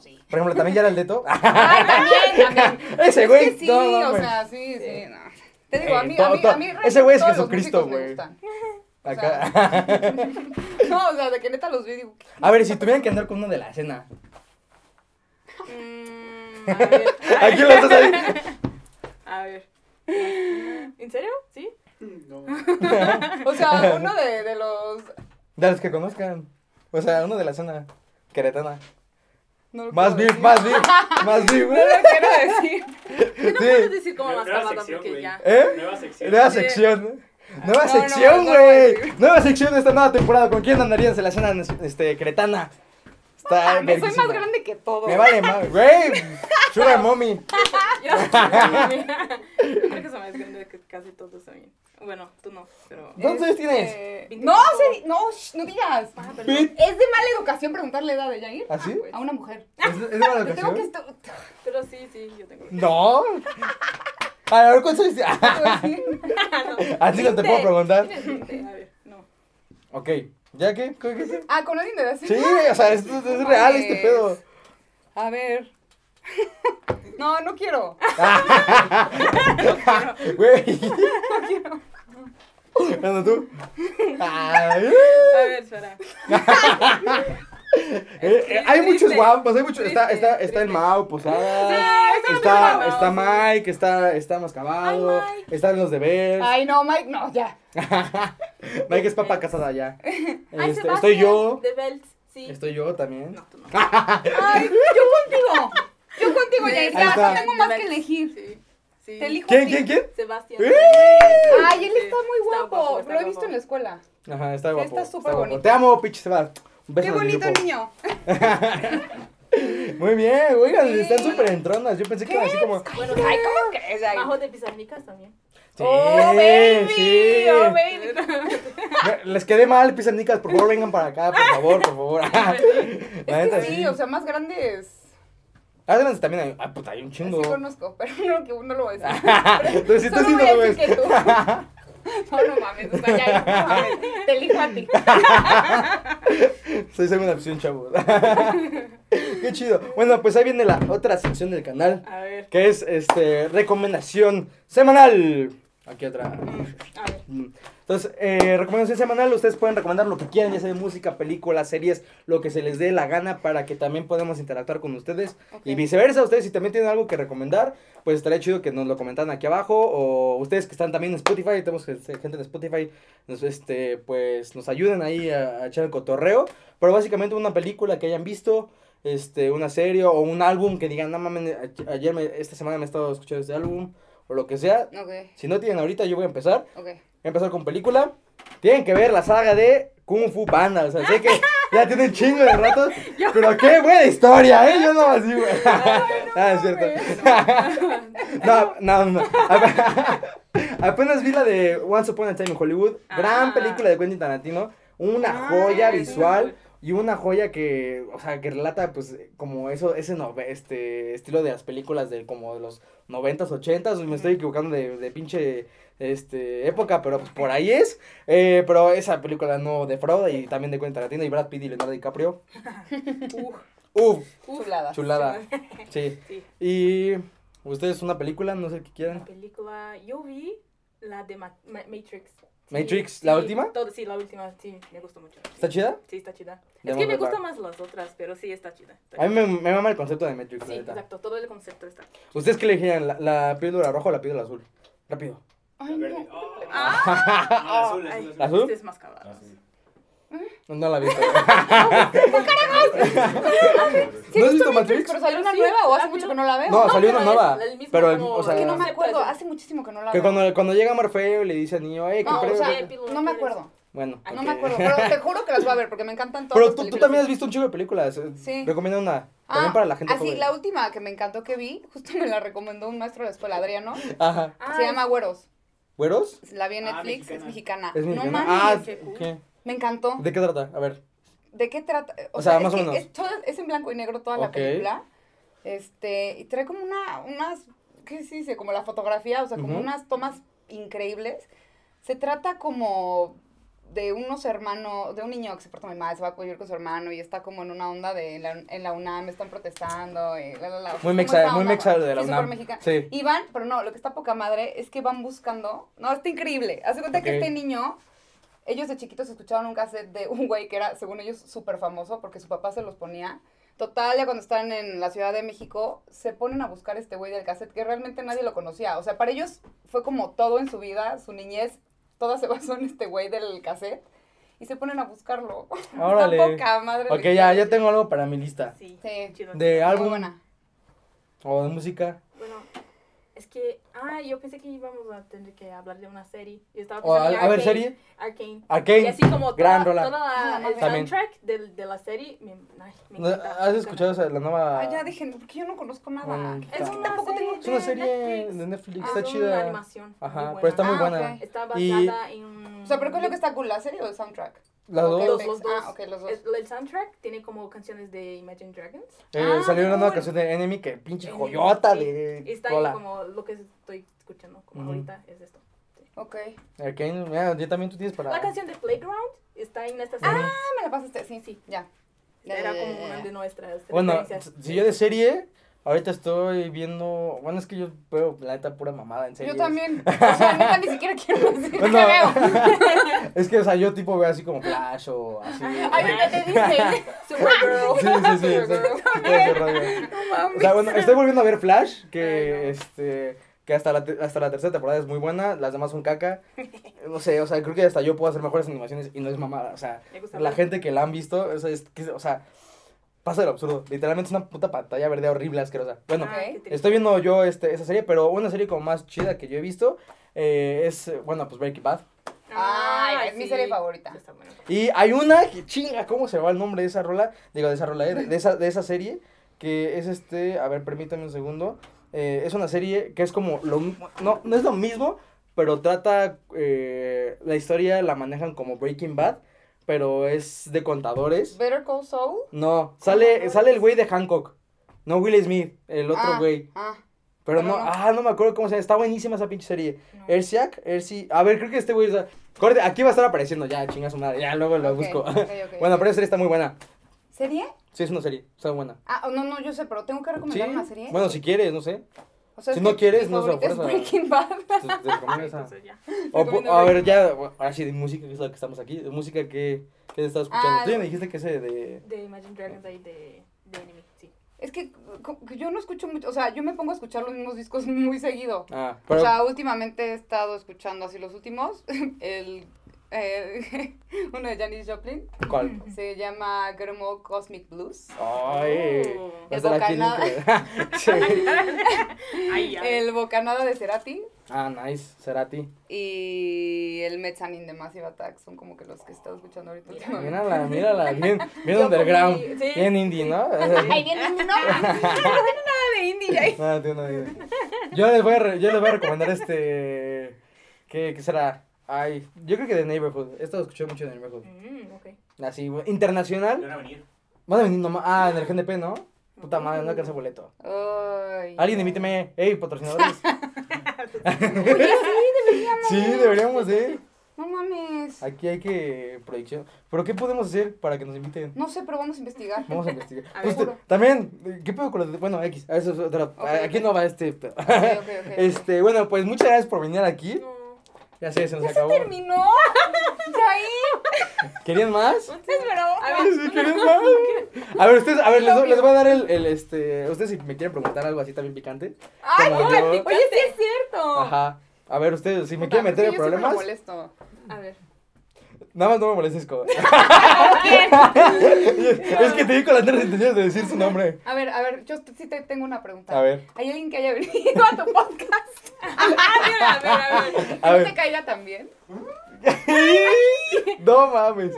Speaker 3: sí.
Speaker 1: Por ejemplo, también ya era el Leto.
Speaker 3: Ay, también, también.
Speaker 1: Ese
Speaker 3: Es
Speaker 1: güey.
Speaker 3: que sí,
Speaker 1: no
Speaker 3: o
Speaker 1: mames.
Speaker 3: sea, sí, sí, no. Te digo, a
Speaker 1: Eh,
Speaker 3: mí,
Speaker 1: todo-
Speaker 3: a mí,
Speaker 1: todo-
Speaker 3: a mí
Speaker 1: ese güey es
Speaker 3: todos los
Speaker 1: Jesucristo,
Speaker 3: músicos me
Speaker 1: güey.
Speaker 3: gustan. o sea-
Speaker 1: Acá.
Speaker 3: No, o sea, de que neta los vi, digo, ¿qué?
Speaker 1: A ver, si tuvieran que andar con uno de la escena.
Speaker 4: Mm, a ver,
Speaker 1: Aquí lo estás ahí.
Speaker 4: a ver. ¿En serio? ¿Sí?
Speaker 5: No.
Speaker 3: o sea, uno de, de los...
Speaker 1: De los que conozcan. O sea, uno de la zona queretana.
Speaker 3: No lo
Speaker 1: Más
Speaker 3: quiero
Speaker 1: VIP, más VIP, más VIP.
Speaker 3: decir. No lo quiero decir.
Speaker 4: No puedes
Speaker 1: Sí.
Speaker 4: decir como las
Speaker 5: Nueva
Speaker 4: tapadas
Speaker 5: sección,
Speaker 4: porque
Speaker 5: güey.
Speaker 4: ya.
Speaker 1: ¿Eh?
Speaker 5: Nueva sección.
Speaker 1: Nueva sección. Nueva
Speaker 3: Sí. Ah, No, no,
Speaker 1: sección,
Speaker 3: no lo voy a
Speaker 1: güey.
Speaker 3: decir.
Speaker 1: nueva sección de esta nueva temporada. ¿Con quién andarías en la zona este, queretana? Está
Speaker 3: Ah, Me
Speaker 1: Ah,
Speaker 3: soy
Speaker 1: verguísima.
Speaker 3: más grande que todo.
Speaker 1: Me vale más, güey. Sugar mommy.
Speaker 4: Yo creo que son más grandes que casi todos también. Bueno, tú no, pero.
Speaker 1: ¿Cuántos años tienes?
Speaker 3: Eh,
Speaker 4: tienes?
Speaker 3: No, sí, no, sh, no digas.
Speaker 4: Ah,
Speaker 1: Bit.
Speaker 4: perdón.
Speaker 3: Es de mala educación preguntarle edad de Jair
Speaker 1: ¿Ah, sí?
Speaker 3: a una mujer.
Speaker 1: ¿Es, es de mala
Speaker 3: Te tengo que...
Speaker 1: educación?
Speaker 3: estu-
Speaker 4: Pero sí, sí, yo tengo.
Speaker 1: No. A ver, ¿cuántos años tienes?
Speaker 4: Ah,
Speaker 1: A ti no te puedo preguntar.
Speaker 4: A ver, no.
Speaker 1: Ok, ¿ya qué? ¿Cómo que sí?
Speaker 3: Ah, con alguien de edad.
Speaker 1: Sí, o sea, es, es real este
Speaker 4: Pues,
Speaker 1: pedo.
Speaker 3: A ver. No, no quiero.
Speaker 1: Güey. Bueno, tú. Ay,
Speaker 4: A ver, espera.
Speaker 1: eh, eh, hay
Speaker 4: Triste.
Speaker 1: muchos guapos, hay muchos. Está,
Speaker 4: Triste,
Speaker 1: está, está el
Speaker 4: triste.
Speaker 1: Mao, Posada.
Speaker 4: Está,
Speaker 1: Está, está Mike, está, está Mascabado,
Speaker 4: Ay, Mike.
Speaker 1: están los de Bears.
Speaker 3: Ay, no, Mike, no, ya.
Speaker 1: Mike es papá casada ya.
Speaker 4: Ay,
Speaker 1: Este, estoy yo.
Speaker 4: De Belt, sí.
Speaker 1: Estoy yo también.
Speaker 4: No, tú no.
Speaker 3: Ay, yo contigo. Yo contigo, Jair.
Speaker 1: Ahí
Speaker 3: Ya, "Ah,
Speaker 1: está.
Speaker 3: no tengo más que elegir.
Speaker 4: Sí. Sí.
Speaker 3: Te elijo. a
Speaker 1: ¿Quién,
Speaker 3: ti.
Speaker 1: quién, quién?
Speaker 4: Sebastián.
Speaker 1: ¡Eh!
Speaker 3: Ay, él está muy
Speaker 4: Está
Speaker 3: guapo.
Speaker 4: guapo, está
Speaker 3: Lo he visto
Speaker 4: guapo.
Speaker 3: en la escuela.
Speaker 1: Ajá, está guapo.
Speaker 3: Está súper
Speaker 1: guapo.
Speaker 3: bonito.
Speaker 1: Te amo, pinche Sebas. Un beso
Speaker 3: Qué
Speaker 1: en el
Speaker 3: bonito
Speaker 1: grupo.
Speaker 3: niño.
Speaker 1: Muy bien, oigan,
Speaker 3: Sí.
Speaker 1: están súper entronas. Yo pensé que iban así como.
Speaker 4: Bueno,
Speaker 3: Ay, ¿cómo crees, Jair?
Speaker 4: bajo de pizarnicas también.
Speaker 1: Sí,
Speaker 3: Oh, baby.
Speaker 1: sí.
Speaker 3: Oh, baby.
Speaker 1: Me- Les quedé mal, pisanicas. Por favor, vengan para acá, por favor, por favor. La
Speaker 3: Es
Speaker 1: neta,
Speaker 3: que sí, o sea, más grandes.
Speaker 1: Además, también hay. Ah, puta, hay un chingo.
Speaker 3: Sí conozco, pero no, que uno lo voy a decir.
Speaker 1: Entonces, si estás
Speaker 3: Solo
Speaker 1: viendo,
Speaker 3: voy a
Speaker 1: lo ves.
Speaker 3: decir que tú. No, no mames, o sea, ya, no mames. Te elijo a ti.
Speaker 1: Soy segunda opción, chavos. Qué chido. Bueno, pues ahí viene la otra sección del canal,
Speaker 4: A ver,
Speaker 1: que es este recomendación semanal. Aquí otra.
Speaker 4: a ver.
Speaker 1: Mm. Entonces, eh, recomendación semanal, ustedes pueden recomendar lo que quieran, ya sea de música, películas, series, lo que se les dé la gana para que también podamos interactuar con ustedes y viceversa, ustedes si también tienen algo que recomendar, pues estaría chido que nos lo comentaran aquí abajo o ustedes que están también en Spotify, tenemos este, gente en Spotify, nos, este, pues nos ayuden ahí a, a echar el cotorreo, pero básicamente una película que hayan visto, este, una serie o un álbum que digan, no mames, a- ayer, me- esta semana me he estado escuchando este álbum o lo que sea.
Speaker 3: Ok,
Speaker 1: Si no tienen ahorita, yo voy a empezar.
Speaker 3: ok.
Speaker 1: Voy a empezar con película. Tienen que ver la saga de Kung Fu Panda. O sea, sé que ya tienen chingo de ratos. Pero qué buena historia, ¿eh? Yo no así, güey. Ah, es cierto. No, no, no. Ap- Apenas vi la de Once Upon a Time in Hollywood. Gran
Speaker 4: Ah.
Speaker 1: película de Quentin Tarantino. Una
Speaker 4: Ah,
Speaker 1: joya
Speaker 4: es una
Speaker 1: visual.
Speaker 4: joya.
Speaker 1: Y una joya que, o sea, que relata, pues, como eso, ese nove- este estilo de las películas de como de los noventas, ochentas, me estoy equivocando de, de pinche este, época, pero pues por ahí es. Eh, pero esa película no defrauda y también de cuenta latina y Brad Pitt y Leonardo DiCaprio. Uf,
Speaker 3: Chulada.
Speaker 1: chulada. Sí.
Speaker 4: Sí.
Speaker 1: Y ustedes una película, no sé qué
Speaker 4: La
Speaker 1: quieran.
Speaker 4: película, yo vi la de Ma- Ma- Matrix. Sí,
Speaker 1: Matrix, ¿la
Speaker 4: sí,
Speaker 1: última?
Speaker 4: todo- sí, la última, sí, me gustó mucho.
Speaker 1: ¿Está chida?
Speaker 4: Sí, está chida.
Speaker 1: Ya
Speaker 4: es
Speaker 1: vamos
Speaker 4: que
Speaker 1: a
Speaker 4: me
Speaker 1: ver.
Speaker 4: gustan más las otras, pero sí, está chida. está
Speaker 1: A mí
Speaker 4: chida.
Speaker 1: me, me mama el concepto de Matrix,
Speaker 4: Sí,
Speaker 1: la neta. ¿Ah,
Speaker 4: exacto, todo el concepto está.
Speaker 1: ¿Ustedes qué elegirían? ¿La, la píldora roja o la píldora azul? Rápido.
Speaker 5: La
Speaker 3: Ay,
Speaker 5: verde.
Speaker 3: no.
Speaker 5: Oh.
Speaker 4: Ah.
Speaker 5: No, la azul, la azul, la azul.
Speaker 1: ¿La azul?
Speaker 4: Este es más cabrón.
Speaker 6: Así.
Speaker 1: No la he visto.
Speaker 3: ¿Sí
Speaker 1: ¿No has
Speaker 3: has
Speaker 1: visto
Speaker 3: visto
Speaker 1: Matrix?
Speaker 3: Pero salió una
Speaker 4: Sí,
Speaker 3: nueva o hace
Speaker 4: rápido.
Speaker 3: mucho que no la veo.
Speaker 1: No, salió una
Speaker 4: pero
Speaker 1: nueva,
Speaker 4: es el mismo
Speaker 1: pero el-
Speaker 4: como-
Speaker 1: o sea-
Speaker 3: que no me
Speaker 4: concepto es
Speaker 3: acuerdo.
Speaker 4: el-
Speaker 3: Hace muchísimo que no la
Speaker 1: Que
Speaker 3: veo.
Speaker 1: cuando, cuando llega Morfeo y le dice a Nio, eh, ¿qué
Speaker 3: No, o
Speaker 1: pedo?"
Speaker 3: sea,
Speaker 4: Pepe,
Speaker 3: no me
Speaker 4: Pepe.
Speaker 3: acuerdo.
Speaker 1: Bueno.
Speaker 3: No me acuerdo. Pero te juro que las voy a ver porque me encantan todas.
Speaker 1: Pero
Speaker 3: las
Speaker 1: tú, tú
Speaker 3: películas.
Speaker 1: también has visto un chico de películas. eh,
Speaker 3: Sí.
Speaker 1: Recomienda una. También
Speaker 3: Ah,
Speaker 1: para la gente
Speaker 3: así,
Speaker 1: joven.
Speaker 3: la última que me encantó que vi, justo me la recomendó un maestro de la escuela, Adriano.
Speaker 1: Ajá.
Speaker 4: Ah,
Speaker 3: Se llama Güeros.
Speaker 1: ¿Güeros?
Speaker 3: La vi en
Speaker 5: Ah,
Speaker 3: Netflix, es mexicana.
Speaker 1: Es
Speaker 3: No
Speaker 1: mexicana.
Speaker 3: mames,
Speaker 1: ah,
Speaker 4: qué cool.
Speaker 1: ¿qué?
Speaker 3: me encantó.
Speaker 1: ¿De qué trata? A ver.
Speaker 3: ¿De qué trata?
Speaker 1: O sea,
Speaker 3: es
Speaker 1: más o
Speaker 3: que
Speaker 1: menos.
Speaker 3: Es, todo- es en blanco y negro toda
Speaker 1: Ok.
Speaker 3: la película. Este, y trae como una, unas, ¿qué se dice? Como la fotografía, o sea, como
Speaker 1: Ujú.
Speaker 3: unas tomas increíbles. Se trata como de unos hermanos, de un niño que se porta muy mal, se va a coger con su hermano y está como en una onda de, en la, en la UNAM están protestando y la, la, la.
Speaker 1: Muy
Speaker 3: Como
Speaker 1: mexa,
Speaker 3: esta
Speaker 1: muy
Speaker 3: onda,
Speaker 1: mexa de la
Speaker 3: sí, súper
Speaker 1: UNAM.
Speaker 3: mexicana.
Speaker 1: Sí.
Speaker 3: Y van, pero no, lo que está poca madre es que van buscando. No, está increíble. Hace cuenta
Speaker 1: Ok.
Speaker 3: que este niño, ellos de chiquitos escuchaban un cassette de un güey que era, según ellos, súper famoso porque su papá se los ponía. Total, ya cuando están en la Ciudad de México, se ponen a buscar este güey del cassette que realmente nadie lo conocía. O sea, para ellos fue como todo en su vida, su niñez, toda se basó en este güey del cassette. Y se ponen a buscarlo.
Speaker 1: Órale.
Speaker 3: Está poca madre. la
Speaker 1: Ok, ya,
Speaker 3: historia.
Speaker 1: ya tengo algo para mi lista.
Speaker 4: Sí,
Speaker 3: Sí.
Speaker 4: chido.
Speaker 1: De
Speaker 3: Muy
Speaker 1: álbum
Speaker 3: buena.
Speaker 1: o de música.
Speaker 4: Bueno, es que. Ah, yo pensé que íbamos a tener que hablar de una serie. Yo
Speaker 3: pues,
Speaker 4: estaba
Speaker 1: O, a,
Speaker 4: pensando en
Speaker 1: a ver,
Speaker 4: Arcane-
Speaker 1: serie.
Speaker 4: Arcane.
Speaker 1: Arcane.
Speaker 4: Y así como
Speaker 1: Gran
Speaker 4: toda,
Speaker 1: rola.
Speaker 4: toda
Speaker 3: Ah,
Speaker 4: la, el
Speaker 1: también.
Speaker 4: soundtrack de, de la serie me, ay, me
Speaker 1: ¿No-
Speaker 4: encanta.
Speaker 1: ¿Has escuchado esa- la nueva?
Speaker 3: Ay, Ah, ya déjenme, porque yo no conozco nada.
Speaker 1: Mm,
Speaker 4: Es
Speaker 1: Es
Speaker 4: una
Speaker 3: tampoco
Speaker 4: serie,
Speaker 3: tengo-
Speaker 1: Es una
Speaker 4: de
Speaker 1: serie
Speaker 4: Netflix.
Speaker 1: de Netflix,
Speaker 4: Es
Speaker 1: está
Speaker 4: Ah, una
Speaker 1: chida.
Speaker 4: animación.
Speaker 1: Ajá,
Speaker 4: muy
Speaker 1: pero está muy
Speaker 3: Ah,
Speaker 1: buena.
Speaker 3: ok.
Speaker 4: Está
Speaker 1: Y-
Speaker 4: basada en.
Speaker 3: O sea, pero ¿qué es lo que está cool? ¿La serie o el soundtrack?
Speaker 1: Las
Speaker 3: Ok,
Speaker 1: dos.
Speaker 4: Los- los dos.
Speaker 3: Ah, ok, los dos.
Speaker 4: El, el soundtrack tiene como canciones de Imagine Dragons.
Speaker 1: Eh,
Speaker 3: Ah,
Speaker 1: salió una
Speaker 3: cool.
Speaker 1: nueva canción de Enemy que pinche
Speaker 4: Enemy,
Speaker 1: joyota
Speaker 4: sí. Y
Speaker 1: de
Speaker 4: está ahí
Speaker 1: cola.
Speaker 4: como lo que estoy escuchando, como
Speaker 1: Ujú.
Speaker 4: ahorita es esto.
Speaker 3: Ok. Ah,
Speaker 1: Arcane, mira, ya también tú tienes para.
Speaker 4: La canción de Playground está en esta serie.
Speaker 1: Ah,
Speaker 3: me la pasaste. Sí, sí, ya. Ya,
Speaker 4: Era
Speaker 3: ya, ya,
Speaker 4: como
Speaker 3: ya,
Speaker 4: una
Speaker 3: ya.
Speaker 4: de nuestras
Speaker 1: Bueno,
Speaker 4: referencias.
Speaker 1: si yo de serie, ahorita estoy viendo. Bueno, es que yo veo la neta pura mamada en serie.
Speaker 3: Yo también. O sea, neta, ni siquiera quiero decir que
Speaker 1: Bueno.
Speaker 3: veo.
Speaker 1: Es que, o sea, yo tipo veo así como Flash o así.
Speaker 3: Ay, ahorita te dicen.
Speaker 1: Sí,
Speaker 4: Supergirl.
Speaker 1: sí, sí, sí.
Speaker 4: Supergirl.
Speaker 1: sí, todo ese rollo. O sea, bueno, estoy volviendo a ver Flash, que
Speaker 4: Ay, no.
Speaker 1: este que hasta la, te- hasta la tercera temporada es muy buena, las demás son caca. No sé, o sea, creo que hasta yo puedo hacer mejores animaciones y no es mamada, o sea,
Speaker 4: Me gusta
Speaker 1: la
Speaker 4: mucho.
Speaker 1: gente que la han visto, o sea, es que- o sea, pasa de lo absurdo, literalmente es una puta pantalla verde horrible, asquerosa. Bueno,
Speaker 4: Ah, qué triste.
Speaker 1: estoy viendo yo este, esa serie, pero una serie como más chida que yo he visto eh, es, eh, bueno, pues Breaking Bad.
Speaker 3: Ay, es mi
Speaker 4: Ah, sí.
Speaker 3: serie favorita.
Speaker 4: Está bueno.
Speaker 1: Y hay una que chinga, ¿cómo se va el nombre de esa rola? Digo, de esa rola, eh, de, de esa, de esa serie, que es este, a ver, permítame un segundo. Eh, es una serie que es como, lo, mi- no, no es lo mismo, pero trata, eh, la historia la manejan como Breaking Bad, pero es de contadores.
Speaker 3: Better Call Saul.
Speaker 1: No, sale, sale el güey de Hancock, no Will Smith, el otro
Speaker 3: Ah,
Speaker 1: güey.
Speaker 3: Ah,
Speaker 1: Pero
Speaker 3: pero
Speaker 1: no,
Speaker 3: no.
Speaker 1: ah, no me acuerdo cómo se llama, está buenísima esa pinche serie.
Speaker 4: No.
Speaker 1: Ersiak, Ersi, a ver, creo que este güey, o sea, corte, aquí va a estar apareciendo, ya, chinga su madre, ya, luego lo
Speaker 3: ok,
Speaker 1: busco.
Speaker 3: ok, ok,
Speaker 1: Bueno,
Speaker 3: ok.
Speaker 1: pero esa serie está muy buena.
Speaker 3: ¿Serie?
Speaker 1: Sí, es una serie. Está buena.
Speaker 3: Ah, oh, no, no, yo sé, pero tengo que
Speaker 1: Sí.
Speaker 3: recomendar una serie.
Speaker 1: Bueno, si quieres, no sé.
Speaker 3: O sea, es
Speaker 1: si
Speaker 3: que
Speaker 1: no quieres,
Speaker 3: mi
Speaker 1: no se lo
Speaker 3: favorita es
Speaker 1: fuerza.
Speaker 3: Breaking Bad.
Speaker 1: Te, te recomiendo esa.
Speaker 4: Entonces, ya.
Speaker 1: O
Speaker 3: recomiendo
Speaker 1: po- a ver, ya, bueno, ahora sí, de música, que es la que estamos aquí. De música que, que estás escuchando.
Speaker 3: Ah,
Speaker 1: Tú ya me dijiste que ese de.
Speaker 4: De Imagine Dragons ahí de, de Enemy, sí.
Speaker 3: Es que co- que yo no escucho mucho, o sea, yo me pongo a escuchar los mismos discos muy seguido.
Speaker 1: Ah, pero.
Speaker 3: O sea, últimamente he estado escuchando así los últimos. El, eh, uno de Janis Joplin.
Speaker 1: ¿Cuál?
Speaker 3: Se llama Grim Old Cosmic Blues.
Speaker 1: Ay.
Speaker 4: Oh.
Speaker 1: vas
Speaker 3: El
Speaker 1: a la clínica. Sí.
Speaker 4: Ay, ya.
Speaker 3: El Bocanada de Cerati.
Speaker 1: Ah, nice. Cerati.
Speaker 3: Y el Mezzanine de Massive Attack. Son como que los que he estado escuchando ahorita últimamente.
Speaker 1: Mírala, mírala. Bien, bien
Speaker 4: Yo
Speaker 1: underground.
Speaker 4: comí- sí.
Speaker 1: Bien indie, ¿no?
Speaker 3: Ahí viene uno. No tiene nada de indie. ya.
Speaker 1: No, tío, Ah, no, tío. Yo les voy a, re- yo les voy a recomendar este. ¿Qué, qué será? Ay, yo creo que de Neighborhood. Esto lo escuché mucho de Neighborhood.
Speaker 4: Mm, ok.
Speaker 1: Así, bu- internacional.
Speaker 5: Van a venir.
Speaker 1: Van a venir nomás. Ah, en el GNP, ¿no? Puta madre, no alcanza boleto.
Speaker 3: Ay.
Speaker 1: Alguien invíteme. Ey, patrocinadores.
Speaker 3: Oye, sí,
Speaker 1: Sí, deberíamos, ¿eh?
Speaker 3: No mames.
Speaker 1: Aquí hay que. Proyección. ¿Pero qué podemos hacer para que nos inviten?
Speaker 3: No sé, pero vamos a investigar.
Speaker 1: Vamos a investigar.
Speaker 4: A ver.
Speaker 1: Usted- también, ¿qué pedo con los.? de- Bueno, X. a Eso es otra. a- Aquí no va este. pedo.
Speaker 3: Ok, ok, ok, ok.
Speaker 1: Este, bueno, pues muchas gracias por venir aquí.
Speaker 4: No.
Speaker 1: Ya sé, se nos acabó.
Speaker 3: Terminó. Ya ahí.
Speaker 1: ¿Querían más?
Speaker 3: Es broma.
Speaker 4: A ver,
Speaker 1: Si quieren más. A ver, ustedes, a ver, les, les voy a dar el, el, este, ustedes si me quieren preguntar algo así también picante.
Speaker 3: Ay,
Speaker 1: como
Speaker 3: no,
Speaker 1: yo.
Speaker 3: Oye, sí es cierto.
Speaker 1: Ajá. A ver, ustedes, si me
Speaker 3: Puta,
Speaker 1: quieren meter
Speaker 3: es
Speaker 1: en
Speaker 3: que yo siempre
Speaker 1: problemas,
Speaker 3: me molesto.
Speaker 4: A ver.
Speaker 1: Nada más no me molestes, Coba. es que te vi con las nervios intenciones de decir su nombre.
Speaker 3: A ver, a ver, yo sí te tengo una pregunta.
Speaker 1: A ver,
Speaker 3: ¿Hay alguien que haya venido a tu podcast?
Speaker 4: Ah, a ver, a ver.
Speaker 1: a
Speaker 3: ¿No
Speaker 1: ver.
Speaker 3: te caía también?
Speaker 1: no mames.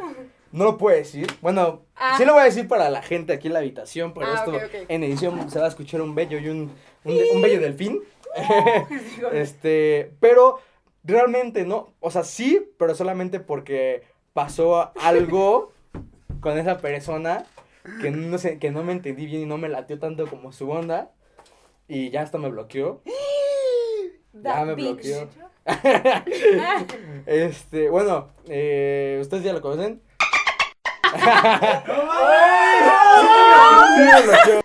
Speaker 1: No lo puedo decir. Bueno,
Speaker 3: Ah.
Speaker 1: sí lo voy a decir para la gente aquí en la habitación, pero
Speaker 3: Ah,
Speaker 1: esto
Speaker 3: ok, ok.
Speaker 1: en edición se va a escuchar un bello y un, un, de- un bello delfín.
Speaker 3: Oh,
Speaker 1: este, pero realmente no, o sea, sí, pero solamente porque pasó algo con esa persona que no sé, que no me entendí bien y no me latió tanto como su onda y ya hasta me bloqueó. Ya
Speaker 3: That
Speaker 1: me
Speaker 3: bitch.
Speaker 1: bloqueó. Este, bueno, eh, ustedes ya lo conocen. Sí, me bloqueó.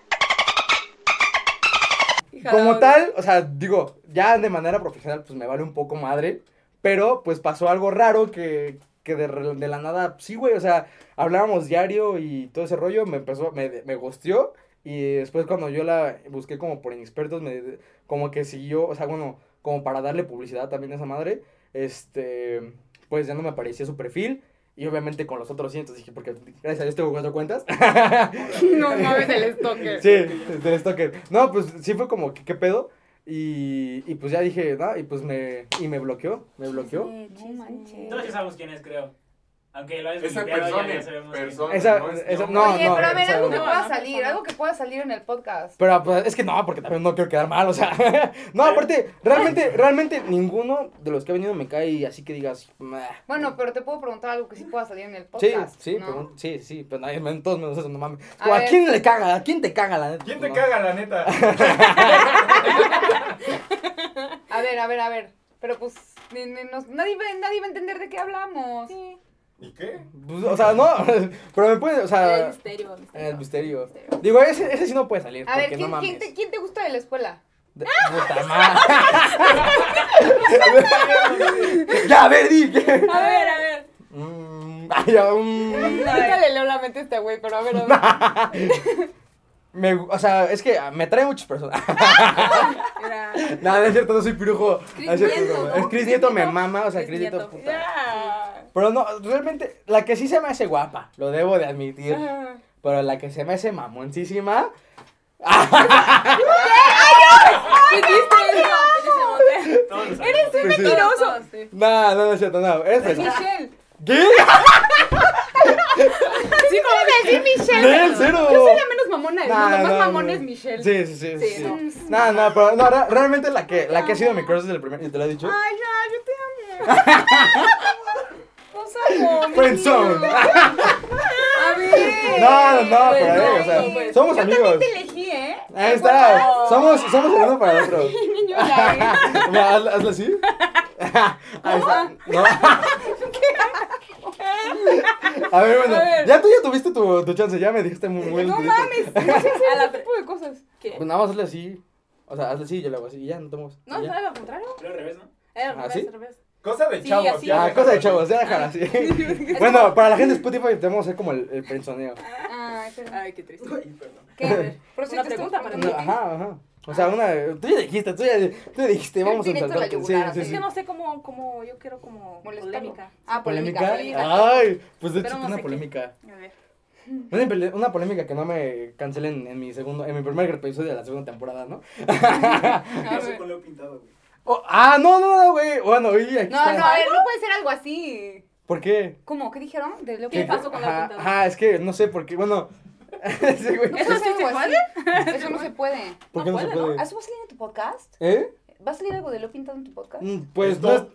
Speaker 1: Como tal, o sea, digo, ya de manera profesional, pues me vale un poco madre. Pero, pues pasó algo raro que, que de, re- de la nada, sí, güey, o sea, hablábamos diario y todo ese rollo, me empezó, me, me gustió. Y después cuando yo la busqué como por inexpertos, me, como que siguió, o sea, bueno, como para darle publicidad también a esa madre, este, pues ya no me aparecía su perfil. Y obviamente con los otros cientos dije, porque gracias a Dios tengo cuatro cuentas.
Speaker 3: No mames, el stalker.
Speaker 1: Sí, del stalker. No, pues sí fue como, ¿qué, qué pedo? Y, y pues ya dije, ¿no? Y pues me, y me bloqueó, me bloqueó.
Speaker 3: Eh, No manches.
Speaker 5: Todos ya sabemos quién es, creo. Aunque lo hayas
Speaker 6: Esa
Speaker 5: limpiado,
Speaker 6: persona,
Speaker 5: ya, ya sabemos quién es.
Speaker 6: persona.
Speaker 1: Esa-
Speaker 6: no es
Speaker 1: esa-
Speaker 6: yo.
Speaker 1: no,
Speaker 3: Oye, pero a ver,
Speaker 1: esa-
Speaker 3: algo que
Speaker 4: no,
Speaker 3: pueda
Speaker 4: no,
Speaker 3: salir,
Speaker 4: persona.
Speaker 3: algo que pueda salir en el podcast.
Speaker 1: Pero pues es que no, porque también no quiero quedar mal, o sea. No, aparte, realmente, realmente ninguno de los que ha venido me cae así que digas. "Meh".
Speaker 3: Bueno, pero te puedo preguntar algo que sí pueda salir en el
Speaker 1: Sí,
Speaker 3: podcast.
Speaker 1: sí,
Speaker 3: ¿no?
Speaker 1: pero- sí, sí, pero nadie, men- todos menos eso, no mames.
Speaker 3: A
Speaker 1: ¿O ¿A,
Speaker 3: ver.
Speaker 1: quién le caga? ¿A quién te caga la neta?
Speaker 6: ¿Quién te
Speaker 1: No.
Speaker 6: caga, la neta?
Speaker 3: A ver, a ver, a ver. Pero pues ni- ni nos- nadie, va, nadie va a entender de qué hablamos.
Speaker 4: Sí.
Speaker 6: ¿Y qué?
Speaker 1: Pues, o sea, no, pero me puede, o
Speaker 4: El
Speaker 1: sea,
Speaker 4: misterio, el misterio.
Speaker 1: Ah, el misterio.
Speaker 4: Misterio.
Speaker 1: Digo, ese, ese sí no puede salir,
Speaker 3: A
Speaker 1: porque
Speaker 3: ver, ¿quién,
Speaker 1: no mames.
Speaker 3: quién te, quién te gusta de la escuela?
Speaker 1: De- puta madre. ya, a ver, di. que-
Speaker 4: A ver, a ver.
Speaker 1: Mm, ay, ya, mm.
Speaker 3: Nunca le leo la mente a este güey, pero a ver, a ver.
Speaker 1: Me gu- o sea, es que ah, me trae muchas personas.
Speaker 4: Era-
Speaker 1: Nada, no es cierto, no soy pirujo.
Speaker 4: Chris
Speaker 1: No Ah, es cierto,
Speaker 4: Nieto,
Speaker 1: güey.
Speaker 4: ¿no?
Speaker 1: Es Chris Nieto me
Speaker 4: Nieto.
Speaker 1: mama, o sea,
Speaker 4: Chris
Speaker 1: Chris Nieto.
Speaker 4: Nieto.
Speaker 1: puta.
Speaker 4: Ya.
Speaker 1: Pero no, realmente, la que sí se me hace guapa, lo debo de admitir. Pero la que se me hace mamoncísima.
Speaker 4: ¿Qué dijiste eso? Eres el
Speaker 5: Todos lo sabemos.
Speaker 1: pues sí. Ah.
Speaker 4: mentiroso.
Speaker 1: No, no, no es cierto, no. Eres fresa.
Speaker 3: Michelle.
Speaker 1: ¿Qué?
Speaker 3: Sí, me decir Michelle.
Speaker 1: Lee el
Speaker 3: pero-
Speaker 1: cero.
Speaker 3: Yo soy la menos mamona del
Speaker 1: No,
Speaker 3: mundo. La más
Speaker 1: no,
Speaker 3: mamona
Speaker 1: no.
Speaker 3: es Michelle.
Speaker 1: Sí, sí, sí. sí,
Speaker 4: Sí,
Speaker 1: sí. No, no, pero no, re- realmente la que, la que ha sido mi crush desde el primer. ¿y ¿Te lo he dicho?
Speaker 4: Ay, ya, yo te amo. Nos amo. mi
Speaker 1: Friendzone.
Speaker 4: niño. A ver.
Speaker 1: No, no, no,
Speaker 4: Pues
Speaker 1: pero eh,
Speaker 4: no,
Speaker 1: o sea,
Speaker 4: pues.
Speaker 1: somos amigos.
Speaker 3: Te elegí, ¿eh?
Speaker 1: Ahí está. Somos, somos el uno para el otro.
Speaker 3: Niño, ya, ¿eh?
Speaker 1: Mira, hazla, hazla así. Ahí está. No. A ver, bueno, ya tú ya tuviste tu, tu chance, ya me dijiste muy, muy
Speaker 4: No
Speaker 1: directo.
Speaker 4: mames. A la
Speaker 3: Ese tipo de cosas.
Speaker 4: ¿Qué?
Speaker 1: Pues nada más hazle así. O sea, hazle así y yo le hago así. Y ya, no tomamos.
Speaker 4: No,
Speaker 1: ya.
Speaker 4: no, al contrario.
Speaker 5: Pero al revés, ¿no?
Speaker 4: Era
Speaker 1: ¿Ah,
Speaker 4: al revés,
Speaker 1: sí?
Speaker 4: al revés.
Speaker 6: Cosa de
Speaker 4: Sí,
Speaker 6: chavos.
Speaker 4: así
Speaker 1: Ya,
Speaker 4: es.
Speaker 1: Ah, cosa de chavos, ya déjala así. Bueno, para la gente de Spotify tenemos que hacer como el, el frenzoneo.
Speaker 3: Ah, espera.
Speaker 4: Ay, qué triste.
Speaker 5: Ay, perdón.
Speaker 3: ¿Qué? Pero
Speaker 4: Una pregunta para mí.
Speaker 1: No,
Speaker 3: Ah,
Speaker 1: ajá, ajá. O sea, una. Tú ya dijiste, tú ya, tú ya dijiste, vamos a
Speaker 3: Directo a la
Speaker 1: empezar.
Speaker 3: yugular,
Speaker 1: Sí,
Speaker 4: Es
Speaker 1: sí,
Speaker 4: que
Speaker 1: sí.
Speaker 4: no sé cómo, cómo yo quiero como
Speaker 3: Molestarlo.
Speaker 4: polémica.
Speaker 3: Ah, polémica.
Speaker 1: ¿Polémica?
Speaker 3: polémica.
Speaker 1: Ay, pues de hecho, tiene
Speaker 4: Pero no
Speaker 1: una
Speaker 4: sé qué.
Speaker 1: polémica.
Speaker 4: A ver.
Speaker 1: Una, pele- una polémica que no me cancelen en mi segundo, en mi primer episodio de la segunda temporada, ¿no? Ah.
Speaker 3: A
Speaker 5: Eso
Speaker 3: ver.
Speaker 5: con lo pintado, güey.
Speaker 1: Oh, ah, no, no, no, güey. Bueno, oye, aquí
Speaker 3: No,
Speaker 1: está.
Speaker 3: no, a ver, no puede ser algo así.
Speaker 1: ¿Por qué?
Speaker 3: ¿Cómo? ¿Qué dijeron? ¿De lo
Speaker 4: ¿Qué
Speaker 3: que
Speaker 1: ¿Qué?
Speaker 4: pasó con la
Speaker 1: Ajá,
Speaker 4: pintada?
Speaker 1: Ajá, es que no sé por qué. Bueno, sí, güey.
Speaker 3: ¿Eso
Speaker 4: ¿Eso sí
Speaker 3: es
Speaker 4: se
Speaker 3: algo así?
Speaker 4: puede?
Speaker 3: Eso no se puede.
Speaker 1: ¿Por qué no,
Speaker 4: no
Speaker 1: se
Speaker 4: puede, ¿no?
Speaker 1: puede?
Speaker 3: ¿Ah, ¿Eso va a salir en tu podcast?
Speaker 1: ¿Eh?
Speaker 3: ¿Va a salir algo de lo pintado en tu podcast?
Speaker 1: Mm, Pues
Speaker 6: Esto.
Speaker 1: no. es-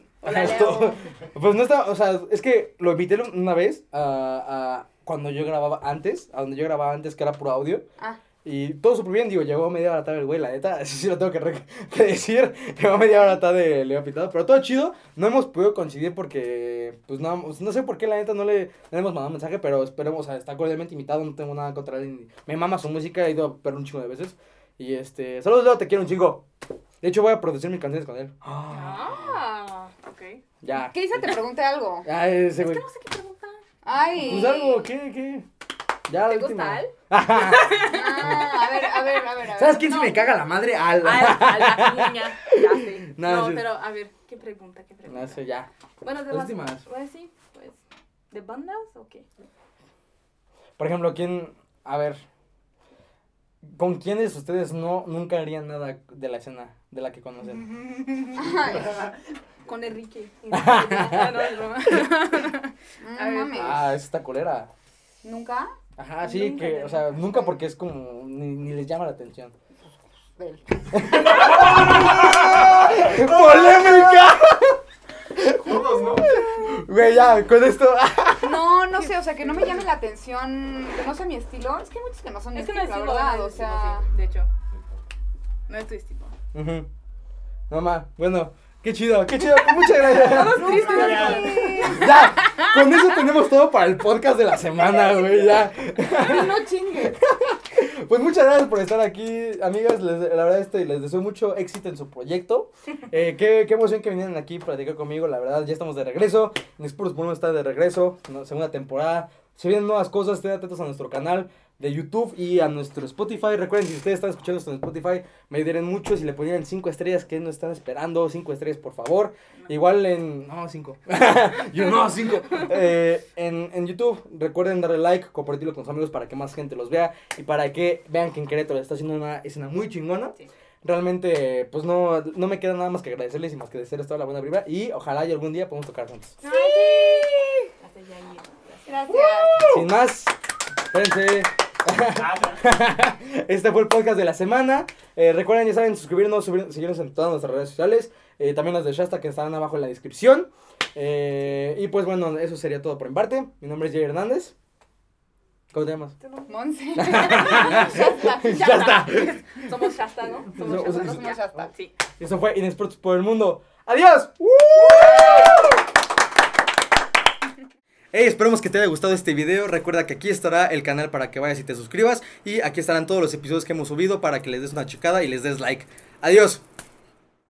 Speaker 4: Hola,
Speaker 1: esto-
Speaker 4: Leo.
Speaker 1: Pues no está, o sea, es que lo invité una vez a, a cuando yo grababa antes, a donde yo grababa antes que era puro audio.
Speaker 3: Ah.
Speaker 1: Y todo súper bien, digo, llegó media hora tarde el güey, la neta, sí, sí lo tengo que, re- que decir, llegó media hora tarde Leo Pintado, pero todo chido, no hemos podido coincidir porque, pues no, pues, no sé por qué la neta no le, no le hemos mandado mensaje, pero esperemos, o sea, está cordialmente invitado, no tengo nada contra él, ni- me mama su música, he ido a verlo un chingo de veces, y este, saludos Leo, te quiero un chingo, de hecho voy a producir mis canciones con él,
Speaker 4: Ah, ok.
Speaker 1: ya.
Speaker 3: Que Isa te pregunté algo.
Speaker 1: Ah, ese güey.
Speaker 4: No sé qué pregunta.
Speaker 3: Ay.
Speaker 1: Pues algo, ¿qué, qué? Ya,
Speaker 4: ¿Te
Speaker 1: la última.
Speaker 4: gusta Al?
Speaker 3: Ah, a ver, a ver, a ver. a ver.
Speaker 1: ¿Sabes quién se
Speaker 4: No.
Speaker 1: me caga la madre? Al.
Speaker 4: Al, a la niña. Ya sé.
Speaker 1: No,
Speaker 4: No,
Speaker 1: sí.
Speaker 4: pero a ver, ¿qué pregunta? ¿Qué pregunta?
Speaker 1: No sé, ya.
Speaker 4: Bueno, te
Speaker 1: Las
Speaker 4: vas.
Speaker 1: últimas.
Speaker 4: Pues sí, pues. ¿De bandas o qué?
Speaker 1: Por ejemplo, ¿quién, a ver, con quiénes ustedes no, nunca harían nada de la escena de la que conocen?
Speaker 4: Con Enrique. Ah, no, es broma.
Speaker 3: No
Speaker 4: A ver,
Speaker 3: Mm, mames.
Speaker 1: Ah, es esta colera.
Speaker 3: ¿Nunca?
Speaker 1: Ajá, sí,
Speaker 4: Nunca,
Speaker 1: que,
Speaker 4: nunca.
Speaker 1: o sea, nunca porque es como, ni, ni les llama la atención.
Speaker 3: Vel.
Speaker 1: ¡Polémica!
Speaker 6: Juntos, ¿no?
Speaker 1: Güey, ya, con esto.
Speaker 3: No, no sé, o sea, que no me llame la atención, que no sea mi estilo. Es que hay muchos que no son mi
Speaker 4: Es que no
Speaker 3: estilo,
Speaker 4: es
Speaker 3: la
Speaker 4: tipo,
Speaker 3: verdad,
Speaker 4: no
Speaker 3: o
Speaker 4: es tipo,
Speaker 3: sea...
Speaker 4: sí, de hecho. No es tu estilo.
Speaker 1: Ujú. No, ma, bueno, qué chido, qué chido, pues, muchas gracias.
Speaker 3: ¡No
Speaker 6: Real.
Speaker 3: mames!
Speaker 1: Ya, con eso tenemos todo para el podcast de la semana, güey, ya.
Speaker 2: No chingues.
Speaker 1: Pues muchas gracias por estar aquí, amigas. Les- la verdad, este, les deseo mucho éxito en su proyecto. Eh, qué, qué emoción que vinieron aquí a platicar conmigo. La verdad, ya estamos de regreso. Next Puros Pulmón está de regreso. ¿no? Segunda temporada. Se vienen nuevas cosas. Estén atentos a nuestro canal de YouTube y a nuestro Spotify. Recuerden, si ustedes están escuchando esto en Spotify, me ayudarían mucho si le ponían 5 estrellas que nos están esperando. 5 estrellas, por favor. Igual en. No, 5. Yo no, 5. Eh, en, en YouTube, recuerden darle like, compartirlo con sus amigos para que más gente los vea y para que vean que en Querétaro está haciendo una escena muy chingona.
Speaker 4: Sí.
Speaker 1: Realmente, pues no, no me queda nada más que agradecerles y más que desearles toda la buena vibra. Y ojalá y algún día podamos tocar juntos.
Speaker 4: Hasta ya ahí.
Speaker 3: Gracias.
Speaker 1: Sin más, espérense.
Speaker 5: Ah,
Speaker 1: Este fue el podcast de la semana. Eh, recuerden, ya saben, suscribirnos, subir- seguirnos en todas nuestras redes sociales. eh, también las de Shasta que estarán abajo en la descripción. Eh, y pues bueno, eso sería todo por mi parte. Mi nombre es Jay Hernández. ¿Cómo te llamas?
Speaker 3: Monse.
Speaker 1: Ya está.
Speaker 4: Somos Shasta, ¿no?
Speaker 1: No,
Speaker 4: Shasta,
Speaker 1: somos
Speaker 4: Ya.
Speaker 3: Shasta.
Speaker 4: Sí.
Speaker 1: Eso fue Inesports por el mundo. ¡Adiós! Hey, esperemos que te haya gustado este video. Recuerda que aquí estará el canal para que vayas y te suscribas. Y aquí estarán todos los episodios que hemos subido para que les des una checada y les des like. ¡Adiós!